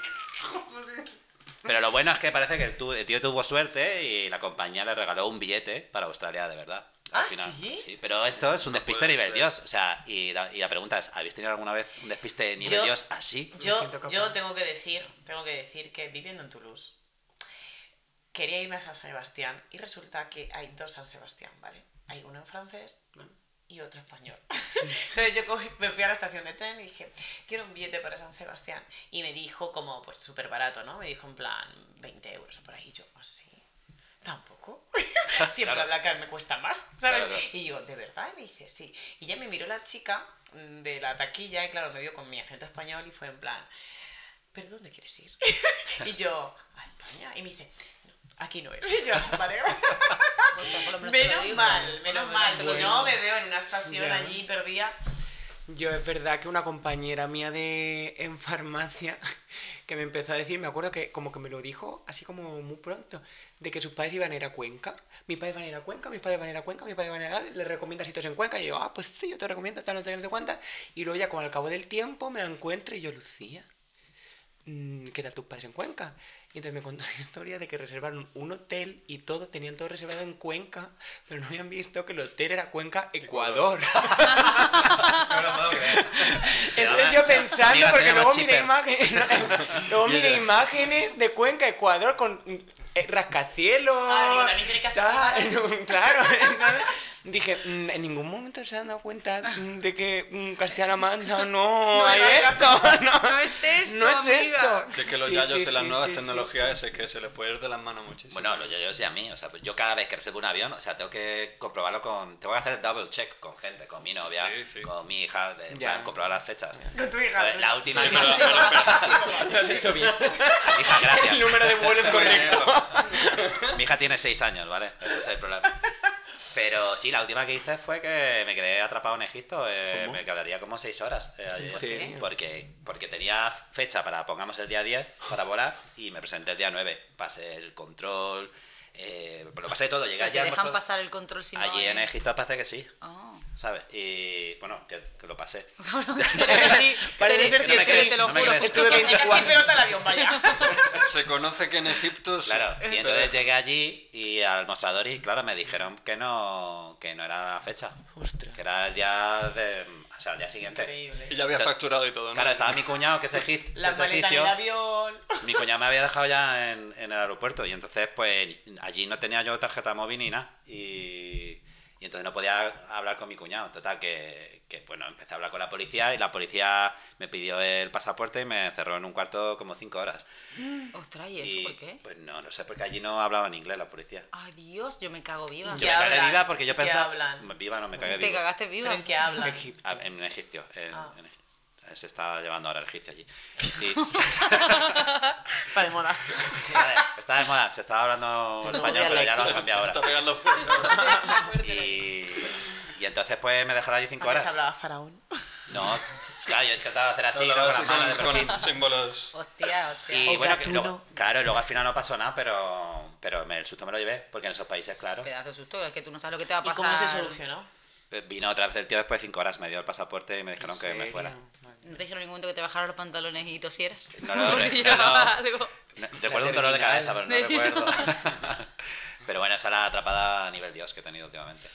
[SPEAKER 1] Pero lo bueno es que parece que el, tu- el tío tuvo suerte y la compañía le regaló un billete para Australia de verdad. Al
[SPEAKER 4] ¿Ah, sí?
[SPEAKER 1] Pero esto es un despiste
[SPEAKER 5] puede
[SPEAKER 1] nivel
[SPEAKER 5] ser.
[SPEAKER 1] Dios. O sea, y la, y la pregunta es, ¿habéis tenido alguna vez un despiste nivel
[SPEAKER 4] Yo-
[SPEAKER 1] Dios así?
[SPEAKER 4] Yo,
[SPEAKER 2] siento capaz.
[SPEAKER 4] yo tengo que decir, tengo que decir que viviendo en Toulouse, quería irme a San Sebastián y resulta que hay dos San Sebastián, ¿vale? Hay uno en francés y otro español. Entonces yo cogí- me fui a la estación de tren y dije, quiero un billete para San Sebastián. Y me dijo como, pues súper barato, ¿no? Me dijo en plan 20 euros o por ahí. Y yo, así. Tampoco. Siempre
[SPEAKER 1] Claro.
[SPEAKER 4] la Black Card me cuesta más, ¿sabes?
[SPEAKER 1] Claro, claro.
[SPEAKER 4] Y yo, ¿de verdad? Y me dice, sí. Y ya me miró la chica mm, de la taquilla y claro, me vio con mi acento español y fue en plan, ¿pero dónde quieres ir? y yo, a España. Y me dice, no, aquí no es. Y yo, vale, gracias. menos mal, menos mal. Si no, me veo en una estación
[SPEAKER 2] Ya.
[SPEAKER 4] allí perdida.
[SPEAKER 2] Yo es verdad que una compañera mía de en farmacia que me empezó a decir, me acuerdo que como que me lo dijo así como muy pronto, de que sus padres iban a ir a Cuenca. Mis padres van a ir a Cuenca, mis padres van a ir a Cuenca, mis padres van a ir a... Le recomienda sitios en Cuenca y yo, ah, pues sí, yo te recomiendo, tal, no sé qué, no sé cuántas. Y luego ya como al cabo del tiempo me la encuentro y yo, Lucía, mm, ¿qué tal tus padres en Cuenca? Y entonces me contó la historia de que reservaron un hotel y todo, tenían todo reservado en Cuenca, pero no habían visto que el hotel era Cuenca, Ecuador.
[SPEAKER 1] No lo puedo creer. Se
[SPEAKER 2] Entonces
[SPEAKER 1] llama-
[SPEAKER 2] yo
[SPEAKER 1] se-
[SPEAKER 2] pensando,
[SPEAKER 1] amiga, se
[SPEAKER 2] porque
[SPEAKER 1] llama
[SPEAKER 2] luego miré,
[SPEAKER 1] Chipper.
[SPEAKER 2] imágenes, luego miré imágenes de Cuenca, Ecuador, con mm, eh, rascacielos.
[SPEAKER 4] Ah, digo, también tiene que hacer
[SPEAKER 2] tal, Claro, entonces dije, mm, en ningún momento se han dado cuenta mm, de que mm, Castilla-La Mancha no,
[SPEAKER 3] No
[SPEAKER 2] hay
[SPEAKER 3] es
[SPEAKER 2] esto. No,
[SPEAKER 3] No es esto,
[SPEAKER 2] no es
[SPEAKER 3] amiga.
[SPEAKER 2] esto.
[SPEAKER 5] Si es que los
[SPEAKER 2] Sí,
[SPEAKER 5] yayos
[SPEAKER 2] sí,
[SPEAKER 5] en las
[SPEAKER 2] sí,
[SPEAKER 5] nuevas
[SPEAKER 2] sí, sí,
[SPEAKER 5] tecnologías
[SPEAKER 2] sí,
[SPEAKER 5] es que se les puede ir de las manos muchísimo.
[SPEAKER 1] Bueno, los yoyos y a mí, o sea, pues yo cada vez que reservo un avión, o sea, tengo que comprobarlo con. Tengo que hacer double check con gente, con mi novia,
[SPEAKER 5] Sí, sí.
[SPEAKER 1] con mi hija, de,
[SPEAKER 2] Ya.
[SPEAKER 1] para comprobar las fechas.
[SPEAKER 4] Con tu hija,
[SPEAKER 1] A ver,
[SPEAKER 4] tú.
[SPEAKER 1] La última
[SPEAKER 5] Sí,
[SPEAKER 1] que.
[SPEAKER 5] pero-
[SPEAKER 2] Lo has hecho bien.
[SPEAKER 1] Mi hija,
[SPEAKER 2] El
[SPEAKER 1] gracias.
[SPEAKER 2] número de vuelos
[SPEAKER 5] Muy bien,
[SPEAKER 2] correcto.
[SPEAKER 5] Rafa.
[SPEAKER 1] Mi hija tiene 6 años, ¿vale? Ese es el problema. Pero sí, la última que hice fue que me quedé atrapado en Egipto. eh,
[SPEAKER 5] ¿Cómo?
[SPEAKER 1] me quedaría como 6 horas. eh, allí.
[SPEAKER 2] ¿En serio?
[SPEAKER 1] Porque, porque tenía fecha para, pongamos, el día 10 para volar y me presenté el día 9. Pasé el control, eh, lo pasé todo. Llegué
[SPEAKER 3] Pero
[SPEAKER 1] allí
[SPEAKER 3] Te
[SPEAKER 1] al
[SPEAKER 3] dejan
[SPEAKER 1] mostrador.
[SPEAKER 3] pasar el control si no
[SPEAKER 1] Allí en
[SPEAKER 3] hay-
[SPEAKER 1] Egipto parece que sí,
[SPEAKER 3] Ah.
[SPEAKER 1] ¿sabes? Y bueno, que, que lo pasé.
[SPEAKER 2] Sí, parece
[SPEAKER 1] No
[SPEAKER 2] ser que
[SPEAKER 1] me
[SPEAKER 2] sí,
[SPEAKER 1] crees,
[SPEAKER 2] te lo
[SPEAKER 1] no me
[SPEAKER 2] juro.
[SPEAKER 1] crees.
[SPEAKER 2] Estuve
[SPEAKER 1] Era
[SPEAKER 4] Era así
[SPEAKER 2] 24.
[SPEAKER 4] pelota el avión, vaya.
[SPEAKER 5] Se conoce que en Egipto. se-
[SPEAKER 1] Claro, y
[SPEAKER 5] te
[SPEAKER 1] entonces
[SPEAKER 5] deja-
[SPEAKER 1] llegué allí y al mostrador y claro, me dijeron que no, que no era la fecha.
[SPEAKER 2] Ostras.
[SPEAKER 1] Que era el día de, o sea, el día siguiente.
[SPEAKER 5] y
[SPEAKER 4] Increíble.
[SPEAKER 5] ya había
[SPEAKER 1] Claro.
[SPEAKER 5] facturado y todo, ¿no?
[SPEAKER 1] Claro, estaba mi cuñado que se egip- que
[SPEAKER 4] La
[SPEAKER 1] es
[SPEAKER 4] maleta en
[SPEAKER 1] egipcio.
[SPEAKER 4] el avión.
[SPEAKER 1] Mi cuñado me había dejado ya en, en el aeropuerto y entonces pues allí no tenía yo tarjeta móvil ni nada y, y entonces no podía hablar con mi cuñado. Total, que, que bueno, empecé a hablar con la policía y la policía me pidió el pasaporte y me encerró en un cuarto como cinco horas.
[SPEAKER 3] Ostras, ¿y eso
[SPEAKER 1] Y,
[SPEAKER 3] por qué?
[SPEAKER 1] Pues no, no sé, porque allí no hablaban inglés la policía.
[SPEAKER 3] Ay, Dios, yo me cago viva.
[SPEAKER 1] Yo
[SPEAKER 4] ¿Y qué
[SPEAKER 1] me cagué
[SPEAKER 4] hablan?
[SPEAKER 1] viva porque yo
[SPEAKER 4] ¿Qué
[SPEAKER 1] pensaba...
[SPEAKER 4] hablan?
[SPEAKER 1] Viva no me cagué
[SPEAKER 3] Te
[SPEAKER 1] viva.
[SPEAKER 3] cagaste viva.
[SPEAKER 4] ¿Pero en qué hablan?
[SPEAKER 2] Egipto.
[SPEAKER 1] Ah, En egipcio. en-
[SPEAKER 4] Ah.
[SPEAKER 1] en Egipto. se está llevando ahora el egipcio allí. Y-
[SPEAKER 4] Está de moda.
[SPEAKER 1] Joder, está de moda, se estaba hablando en español, pero ya lo han cambiado ahora.
[SPEAKER 5] Está pegando fuerte.
[SPEAKER 1] Y, y entonces pues me dejará allí cinco
[SPEAKER 4] Antes
[SPEAKER 1] horas.
[SPEAKER 4] hablaba faraón.
[SPEAKER 1] No, claro, yo intentaba hacer así, ¿no?
[SPEAKER 5] Hablaba
[SPEAKER 1] Con las
[SPEAKER 5] así
[SPEAKER 1] manos de perfil.
[SPEAKER 5] con, con símbolos.
[SPEAKER 3] Hostia, hostia.
[SPEAKER 1] Y
[SPEAKER 4] O
[SPEAKER 1] bueno, que
[SPEAKER 4] gatuno.
[SPEAKER 1] luego- claro, luego al final no pasó nada, pero, pero me, el susto me lo llevé, porque en esos países, claro.
[SPEAKER 3] Oh, Pedazo de susto, es que tú no sabes lo que te va a
[SPEAKER 4] ¿Y
[SPEAKER 3] pasar.
[SPEAKER 4] cómo se solucionó?
[SPEAKER 1] eh, Vino otra vez el tío después de cinco horas, me dio el pasaporte y me dijeron que me
[SPEAKER 2] ¿Serio?
[SPEAKER 1] fuera.
[SPEAKER 3] ¿No te dijeron en ningún momento que te bajaron los pantalones y tosieras?
[SPEAKER 1] No, no,
[SPEAKER 3] Porque
[SPEAKER 1] no, no.
[SPEAKER 3] llevaba algo.
[SPEAKER 1] No, recuerdo un dolor de cabeza, pero no recuerdo. pero bueno, esa es la atrapada a nivel Dios que he tenido últimamente.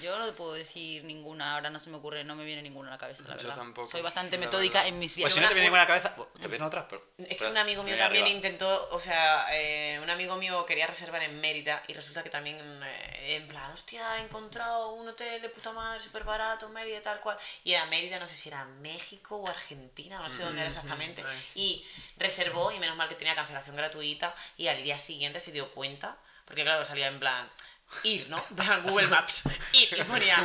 [SPEAKER 3] Yo no te puedo decir ninguna, ahora no se me ocurre, no me viene ninguna a la cabeza, la
[SPEAKER 5] Yo
[SPEAKER 3] verdad.
[SPEAKER 5] tampoco,
[SPEAKER 3] Soy bastante
[SPEAKER 5] la
[SPEAKER 3] metódica
[SPEAKER 5] verdad.
[SPEAKER 3] en mis
[SPEAKER 1] Pues
[SPEAKER 3] viajes.
[SPEAKER 1] si no te
[SPEAKER 3] Una-
[SPEAKER 1] viene ninguna a la cabeza, te vienen otras. Pero,
[SPEAKER 4] Es que
[SPEAKER 1] pero-
[SPEAKER 4] un amigo mío
[SPEAKER 1] viene
[SPEAKER 4] también
[SPEAKER 1] arriba.
[SPEAKER 4] intentó, o sea, eh, un amigo mío quería reservar en Mérida y resulta que también, eh, en plan, hostia, he encontrado un hotel de puta madre, súper barato, Mérida, tal cual. Y era Mérida, no sé si era México o Argentina, no sé dónde era exactamente. Y reservó y menos mal que tenía cancelación gratuita y al día siguiente se dio cuenta, porque claro, salía en plan... Ir, ¿no? En plan Google Maps. Ir. Y ponía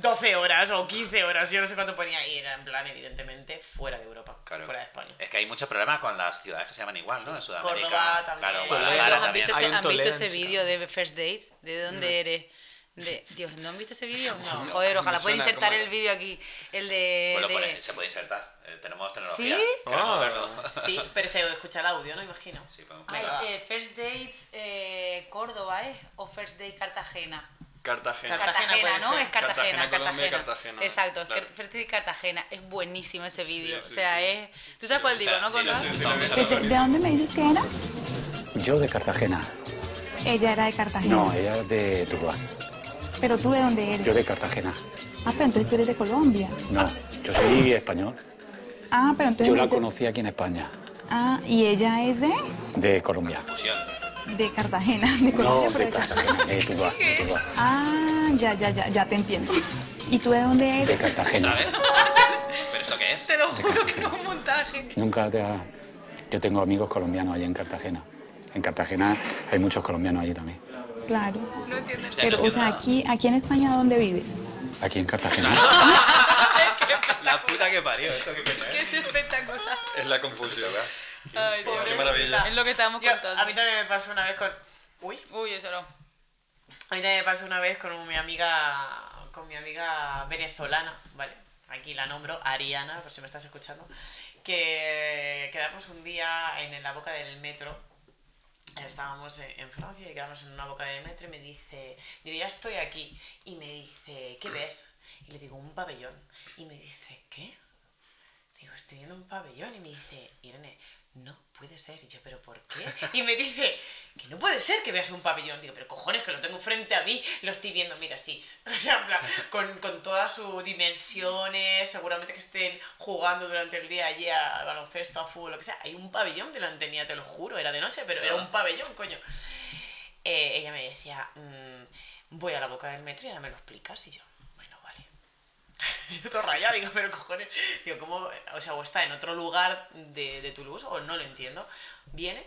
[SPEAKER 4] 12 horas o 15 horas, yo no sé cuánto ponía. Y era en plan, evidentemente, fuera de Europa,
[SPEAKER 1] Claro.
[SPEAKER 4] fuera de España.
[SPEAKER 1] Es que hay muchos problemas con las ciudades que se llaman igual, ¿no? En Sudamérica.
[SPEAKER 4] Córdoba también.
[SPEAKER 1] Claro,
[SPEAKER 4] Toledo,
[SPEAKER 3] Ay,
[SPEAKER 1] Guadalajara
[SPEAKER 3] ¿no ¿Han
[SPEAKER 1] también.
[SPEAKER 3] visto
[SPEAKER 2] Hay
[SPEAKER 3] ese,
[SPEAKER 2] un
[SPEAKER 3] ¿han visto
[SPEAKER 2] Toledo
[SPEAKER 3] ese
[SPEAKER 2] en
[SPEAKER 3] vídeo de First Dates? ¿De dónde eres? De... Dios, ¿no han visto ese vídeo? No. Joder,
[SPEAKER 5] Me
[SPEAKER 3] ojalá pueda
[SPEAKER 5] suena
[SPEAKER 3] insertar
[SPEAKER 5] como-
[SPEAKER 3] el vídeo aquí. El de...
[SPEAKER 1] Bueno,
[SPEAKER 3] de-
[SPEAKER 1] pues pone- se puede insertar. Eh, tenemos tecnología.
[SPEAKER 3] ¿Sí?
[SPEAKER 1] Queremos
[SPEAKER 2] Ah.
[SPEAKER 1] verlo.
[SPEAKER 4] Sí, pero se escucha el audio, ¿no? Imagino.
[SPEAKER 1] Sí, podemos
[SPEAKER 3] Ay,
[SPEAKER 1] verlo.
[SPEAKER 4] Venga, va.
[SPEAKER 3] eh, First Dates eh, Córdoba, ¿eh? O First Date Cartagena.
[SPEAKER 5] Cartagena.
[SPEAKER 4] Cartagena
[SPEAKER 3] Cartagena,
[SPEAKER 4] puede
[SPEAKER 3] ¿no?
[SPEAKER 4] ser.
[SPEAKER 3] Es Cartagena,
[SPEAKER 5] Cartagena, Colombia y
[SPEAKER 3] Cartagena.
[SPEAKER 5] Cartagena,
[SPEAKER 3] Exacto, es
[SPEAKER 5] claro.
[SPEAKER 3] Car- First Date Cartagena. Es buenísimo ese vídeo. o
[SPEAKER 5] sí,
[SPEAKER 3] sea,
[SPEAKER 5] sí.
[SPEAKER 3] es... ¿Tú sabes cuál digo, no?
[SPEAKER 1] Sí,
[SPEAKER 3] Conrad?
[SPEAKER 1] sí, sí, sí,
[SPEAKER 5] Vamos
[SPEAKER 1] sí.
[SPEAKER 5] a ver.
[SPEAKER 6] ¿De, de dónde me dices que era?
[SPEAKER 7] Yo de Cartagena.
[SPEAKER 6] Ella era de Cartagena.
[SPEAKER 7] No, ella es de Tuluá.
[SPEAKER 6] Pero tú de dónde eres.
[SPEAKER 7] Yo de Cartagena.
[SPEAKER 6] Ah, pero entonces tú eres de Colombia.
[SPEAKER 7] No, yo soy español.
[SPEAKER 6] Ah, pero entonces.
[SPEAKER 7] Yo
[SPEAKER 6] me
[SPEAKER 7] la
[SPEAKER 6] dice-
[SPEAKER 7] conocí aquí en España,
[SPEAKER 6] Ah, y ella es de.
[SPEAKER 7] de Colombia.
[SPEAKER 1] Fusión.
[SPEAKER 6] de Cartagena. De Colombia,
[SPEAKER 7] No,
[SPEAKER 6] pero
[SPEAKER 7] de
[SPEAKER 6] de
[SPEAKER 7] Cartagena, de Tuluá, de Tuluá.
[SPEAKER 6] Ah, ya, ya, ya, ya te entiendo. ¿Y tú de dónde
[SPEAKER 7] De
[SPEAKER 6] eres?
[SPEAKER 1] ¿Otra
[SPEAKER 7] Cartagena.
[SPEAKER 1] vez? ¿Pero esto qué es?
[SPEAKER 3] Te lo juro que no es un montaje.
[SPEAKER 7] Nunca te ha... Yo tengo amigos colombianos allá en Cartagena. En Cartagena hay muchos colombianos allí también.
[SPEAKER 6] Claro.
[SPEAKER 1] Hostia,
[SPEAKER 6] Pero,
[SPEAKER 1] no
[SPEAKER 6] o sea,
[SPEAKER 1] entiendo
[SPEAKER 6] aquí, aquí en España, ¿dónde vives?
[SPEAKER 7] Aquí en Cartagena.
[SPEAKER 1] nada. La puta que parió. ¿Esto qué coño es?
[SPEAKER 3] Es espectacular.
[SPEAKER 5] Es la confusión, ¿verdad?
[SPEAKER 3] Ay, Dios.
[SPEAKER 5] Qué maravilla.
[SPEAKER 3] Es lo que estábamos
[SPEAKER 4] Yo-
[SPEAKER 3] contando.
[SPEAKER 4] a mí también me pasó una vez con. Uy.
[SPEAKER 3] Uy, eso no.
[SPEAKER 4] A mí también me pasó una vez con mi amiga. Con mi amiga venezolana, ¿vale? Aquí la nombro, Ariana, por si me estás escuchando. Que quedamos un día en, en la boca del metro. Estábamos en en Francia y quedamos en una boca de metro y me dice, digo, ya estoy aquí. Y me dice, ¿qué ves? Y le digo, un pabellón. Y me dice, ¿qué? Digo, "Hostia, estoy viendo un pabellón y me dice, Irene, no puede ser. Y yo, ¿pero por qué? Y me dice, que no puede ser que veas un pabellón. Digo, pero cojones, que lo tengo frente a mí, lo estoy viendo, mira, sí. O sea, en plan, con, con todas sus dimensiones, seguramente que estén jugando durante el día allí a baloncesto, a fútbol, lo que sea. Hay un pabellón delante mía, te lo juro, era de noche, pero era un pabellón, coño. Eh, ella me decía, mm, voy a la boca del metro y ya me lo explicas. Y yo, bueno, vale. Yo todo rayado, digo, pero cojones. Digo, ¿cómo? O sea, o está en otro lugar de, de Toulouse, o no lo entiendo. Viene.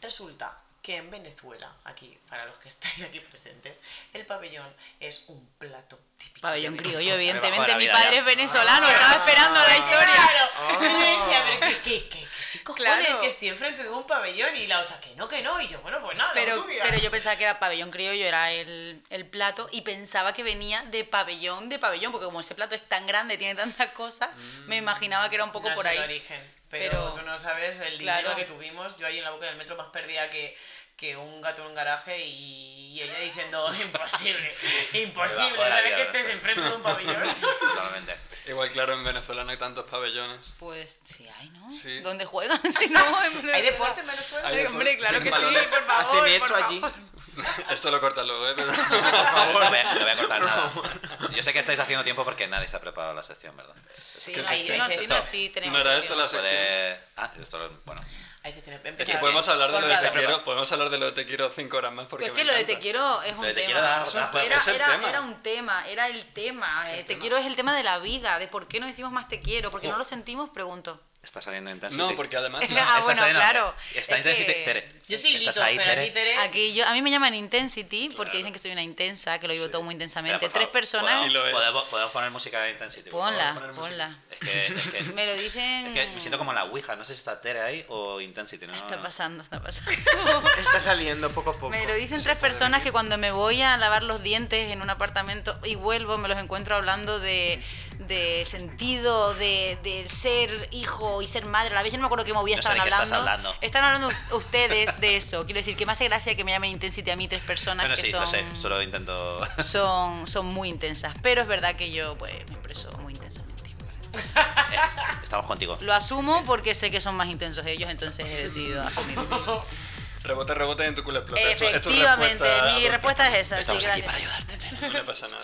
[SPEAKER 4] Resulta que en Venezuela, aquí, para los que estáis aquí presentes, el pabellón es un plato típico.
[SPEAKER 3] Pabellón
[SPEAKER 4] de
[SPEAKER 3] criollo,
[SPEAKER 4] Venezuela.
[SPEAKER 3] evidentemente.
[SPEAKER 1] la
[SPEAKER 3] Mi
[SPEAKER 1] vida
[SPEAKER 3] padre
[SPEAKER 1] ya.
[SPEAKER 3] es venezolano, Ah, estaba esperando la historia.
[SPEAKER 4] Ah,
[SPEAKER 3] Ah.
[SPEAKER 4] Claro.
[SPEAKER 5] Ah,
[SPEAKER 4] Y yo decía, pero que, que, que, que sí, cojones,
[SPEAKER 3] Claro.
[SPEAKER 4] que estoy enfrente de un pabellón y la otra que no, que no. Y yo, bueno, pues nada, lo que
[SPEAKER 3] Pero,
[SPEAKER 4] tú digas.
[SPEAKER 3] pero yo pensaba que era pabellón criollo, era el, el plato, y pensaba que venía de pabellón de pabellón, porque como ese plato es tan grande, tiene tantas cosas,
[SPEAKER 5] Mm.
[SPEAKER 3] me imaginaba que era un poco
[SPEAKER 4] no
[SPEAKER 3] por
[SPEAKER 4] sé
[SPEAKER 3] ahí.
[SPEAKER 4] el origen, pero,
[SPEAKER 3] Pero-
[SPEAKER 4] tú no sabes el
[SPEAKER 3] Claro.
[SPEAKER 4] dinero que tuvimos. Yo ahí en la boca del metro más perdida que, que un gato en un garaje y, y ella diciendo imposible, imposible,
[SPEAKER 1] Debajo de la
[SPEAKER 4] sabes que
[SPEAKER 1] tierra
[SPEAKER 4] estés
[SPEAKER 1] estoy.
[SPEAKER 4] enfrente de un pabellón.
[SPEAKER 1] Totalmente.
[SPEAKER 5] Igual, claro, en Venezuela no hay tantos pabellones.
[SPEAKER 3] Pues sí, hay, ¿no?
[SPEAKER 5] Sí.
[SPEAKER 3] ¿Dónde juegan? Si no, en Venezuela.
[SPEAKER 4] ¿Hay deporte en Venezuela?
[SPEAKER 5] Hay
[SPEAKER 3] Hombre,
[SPEAKER 5] deporte.
[SPEAKER 3] claro que sí,
[SPEAKER 5] Tienen balones.
[SPEAKER 3] por favor.
[SPEAKER 2] Hacen eso
[SPEAKER 3] por
[SPEAKER 2] allí.
[SPEAKER 3] favor.
[SPEAKER 5] Esto lo cortas luego, ¿eh? Pero-
[SPEAKER 1] No voy, a, no voy a cortar nada. Yo sé que estáis haciendo tiempo porque nadie se ha preparado la sección, ¿verdad?
[SPEAKER 3] Sí,
[SPEAKER 5] que
[SPEAKER 3] ahí,
[SPEAKER 5] sí,
[SPEAKER 3] no,
[SPEAKER 4] sí,
[SPEAKER 3] sí,
[SPEAKER 4] sí.
[SPEAKER 3] no, sí, tenemos.
[SPEAKER 5] No era esto la sección.
[SPEAKER 1] Puede... Ah, esto, bueno.
[SPEAKER 4] Ahí se tiene eh,
[SPEAKER 5] Es que podemos hablar de lo de
[SPEAKER 4] Colgado.
[SPEAKER 5] te quiero, podemos hablar de lo de te quiero cinco horas más porque
[SPEAKER 3] Pero es Pues que
[SPEAKER 5] me
[SPEAKER 3] lo de te
[SPEAKER 5] encanta.
[SPEAKER 3] quiero es un
[SPEAKER 1] Lo de te
[SPEAKER 3] tema.
[SPEAKER 1] quiero dar otra vez.
[SPEAKER 3] era,
[SPEAKER 5] Es el
[SPEAKER 3] era-
[SPEAKER 5] tema.
[SPEAKER 3] era un tema, era el tema. eh,
[SPEAKER 5] el
[SPEAKER 3] te
[SPEAKER 5] tema. Oh.
[SPEAKER 3] quiero es el tema de la vida, de por qué no decimos más te quiero, porque no
[SPEAKER 5] Jo.
[SPEAKER 3] lo sentimos, pregunto.
[SPEAKER 1] Está saliendo Intensity.
[SPEAKER 5] No, porque además
[SPEAKER 3] Ah,
[SPEAKER 1] Está
[SPEAKER 3] bueno,
[SPEAKER 1] saliendo-
[SPEAKER 3] claro.
[SPEAKER 1] Está
[SPEAKER 3] Es que-
[SPEAKER 1] Intensity, Tere.
[SPEAKER 4] Yo soy
[SPEAKER 1] Estás
[SPEAKER 4] Lito,
[SPEAKER 1] ahí,
[SPEAKER 4] pero aquí
[SPEAKER 1] Tere.
[SPEAKER 4] Tere...
[SPEAKER 3] Aquí yo, a mí me llaman intensity
[SPEAKER 1] ¿Eh? Claro.
[SPEAKER 3] porque dicen que soy una intensa, que lo vivo
[SPEAKER 5] Sí.
[SPEAKER 3] todo muy intensamente.
[SPEAKER 1] Espera, por
[SPEAKER 3] Tres
[SPEAKER 1] favor,
[SPEAKER 3] personas,
[SPEAKER 5] Y lo
[SPEAKER 1] ¿Podemos, podemos-
[SPEAKER 5] es.
[SPEAKER 1] podemos poner música de Intensity? por favor?
[SPEAKER 5] poner
[SPEAKER 3] ponla,
[SPEAKER 5] música.
[SPEAKER 3] ponla.
[SPEAKER 1] Es que, es que-
[SPEAKER 3] Me lo dicen.
[SPEAKER 1] es que me siento como en la Ouija. No sé si está Tere ahí o Intensity. No,
[SPEAKER 3] Está
[SPEAKER 1] no.
[SPEAKER 3] pasando, está pasando.
[SPEAKER 2] Está saliendo poco a poco.
[SPEAKER 3] Me lo dicen tres personas que cuando me voy a lavar los dientes en un apartamento y vuelvo, me los encuentro hablando de, de sentido, de, de ser hijo y ser madre. A la vez yo no me acuerdo qué movía
[SPEAKER 1] No sé
[SPEAKER 3] estaban
[SPEAKER 1] de qué estás
[SPEAKER 3] hablando.
[SPEAKER 1] hablando.
[SPEAKER 3] Están hablando us- ustedes de eso. Quiero decir que me hace gracia que me llamen Intensity a mí tres personas
[SPEAKER 1] Bueno,
[SPEAKER 3] que
[SPEAKER 1] sí,
[SPEAKER 3] son,
[SPEAKER 1] lo sé. Solo intento.
[SPEAKER 3] son, son muy intensas. Pero es verdad que yo pues, me expreso muy intensamente.
[SPEAKER 1] Estamos contigo.
[SPEAKER 3] Lo asumo porque sé que son más intensos ellos, entonces he decidido asumirlo.
[SPEAKER 5] Rebote, rebote en tu culo explota. Esto- esto es
[SPEAKER 3] Efectivamente, mi
[SPEAKER 5] adulta.
[SPEAKER 3] respuesta es esa.
[SPEAKER 1] Estamos
[SPEAKER 3] sí,
[SPEAKER 1] aquí
[SPEAKER 3] gracias.
[SPEAKER 1] para ayudarte. Tere.
[SPEAKER 5] No le pasa nada.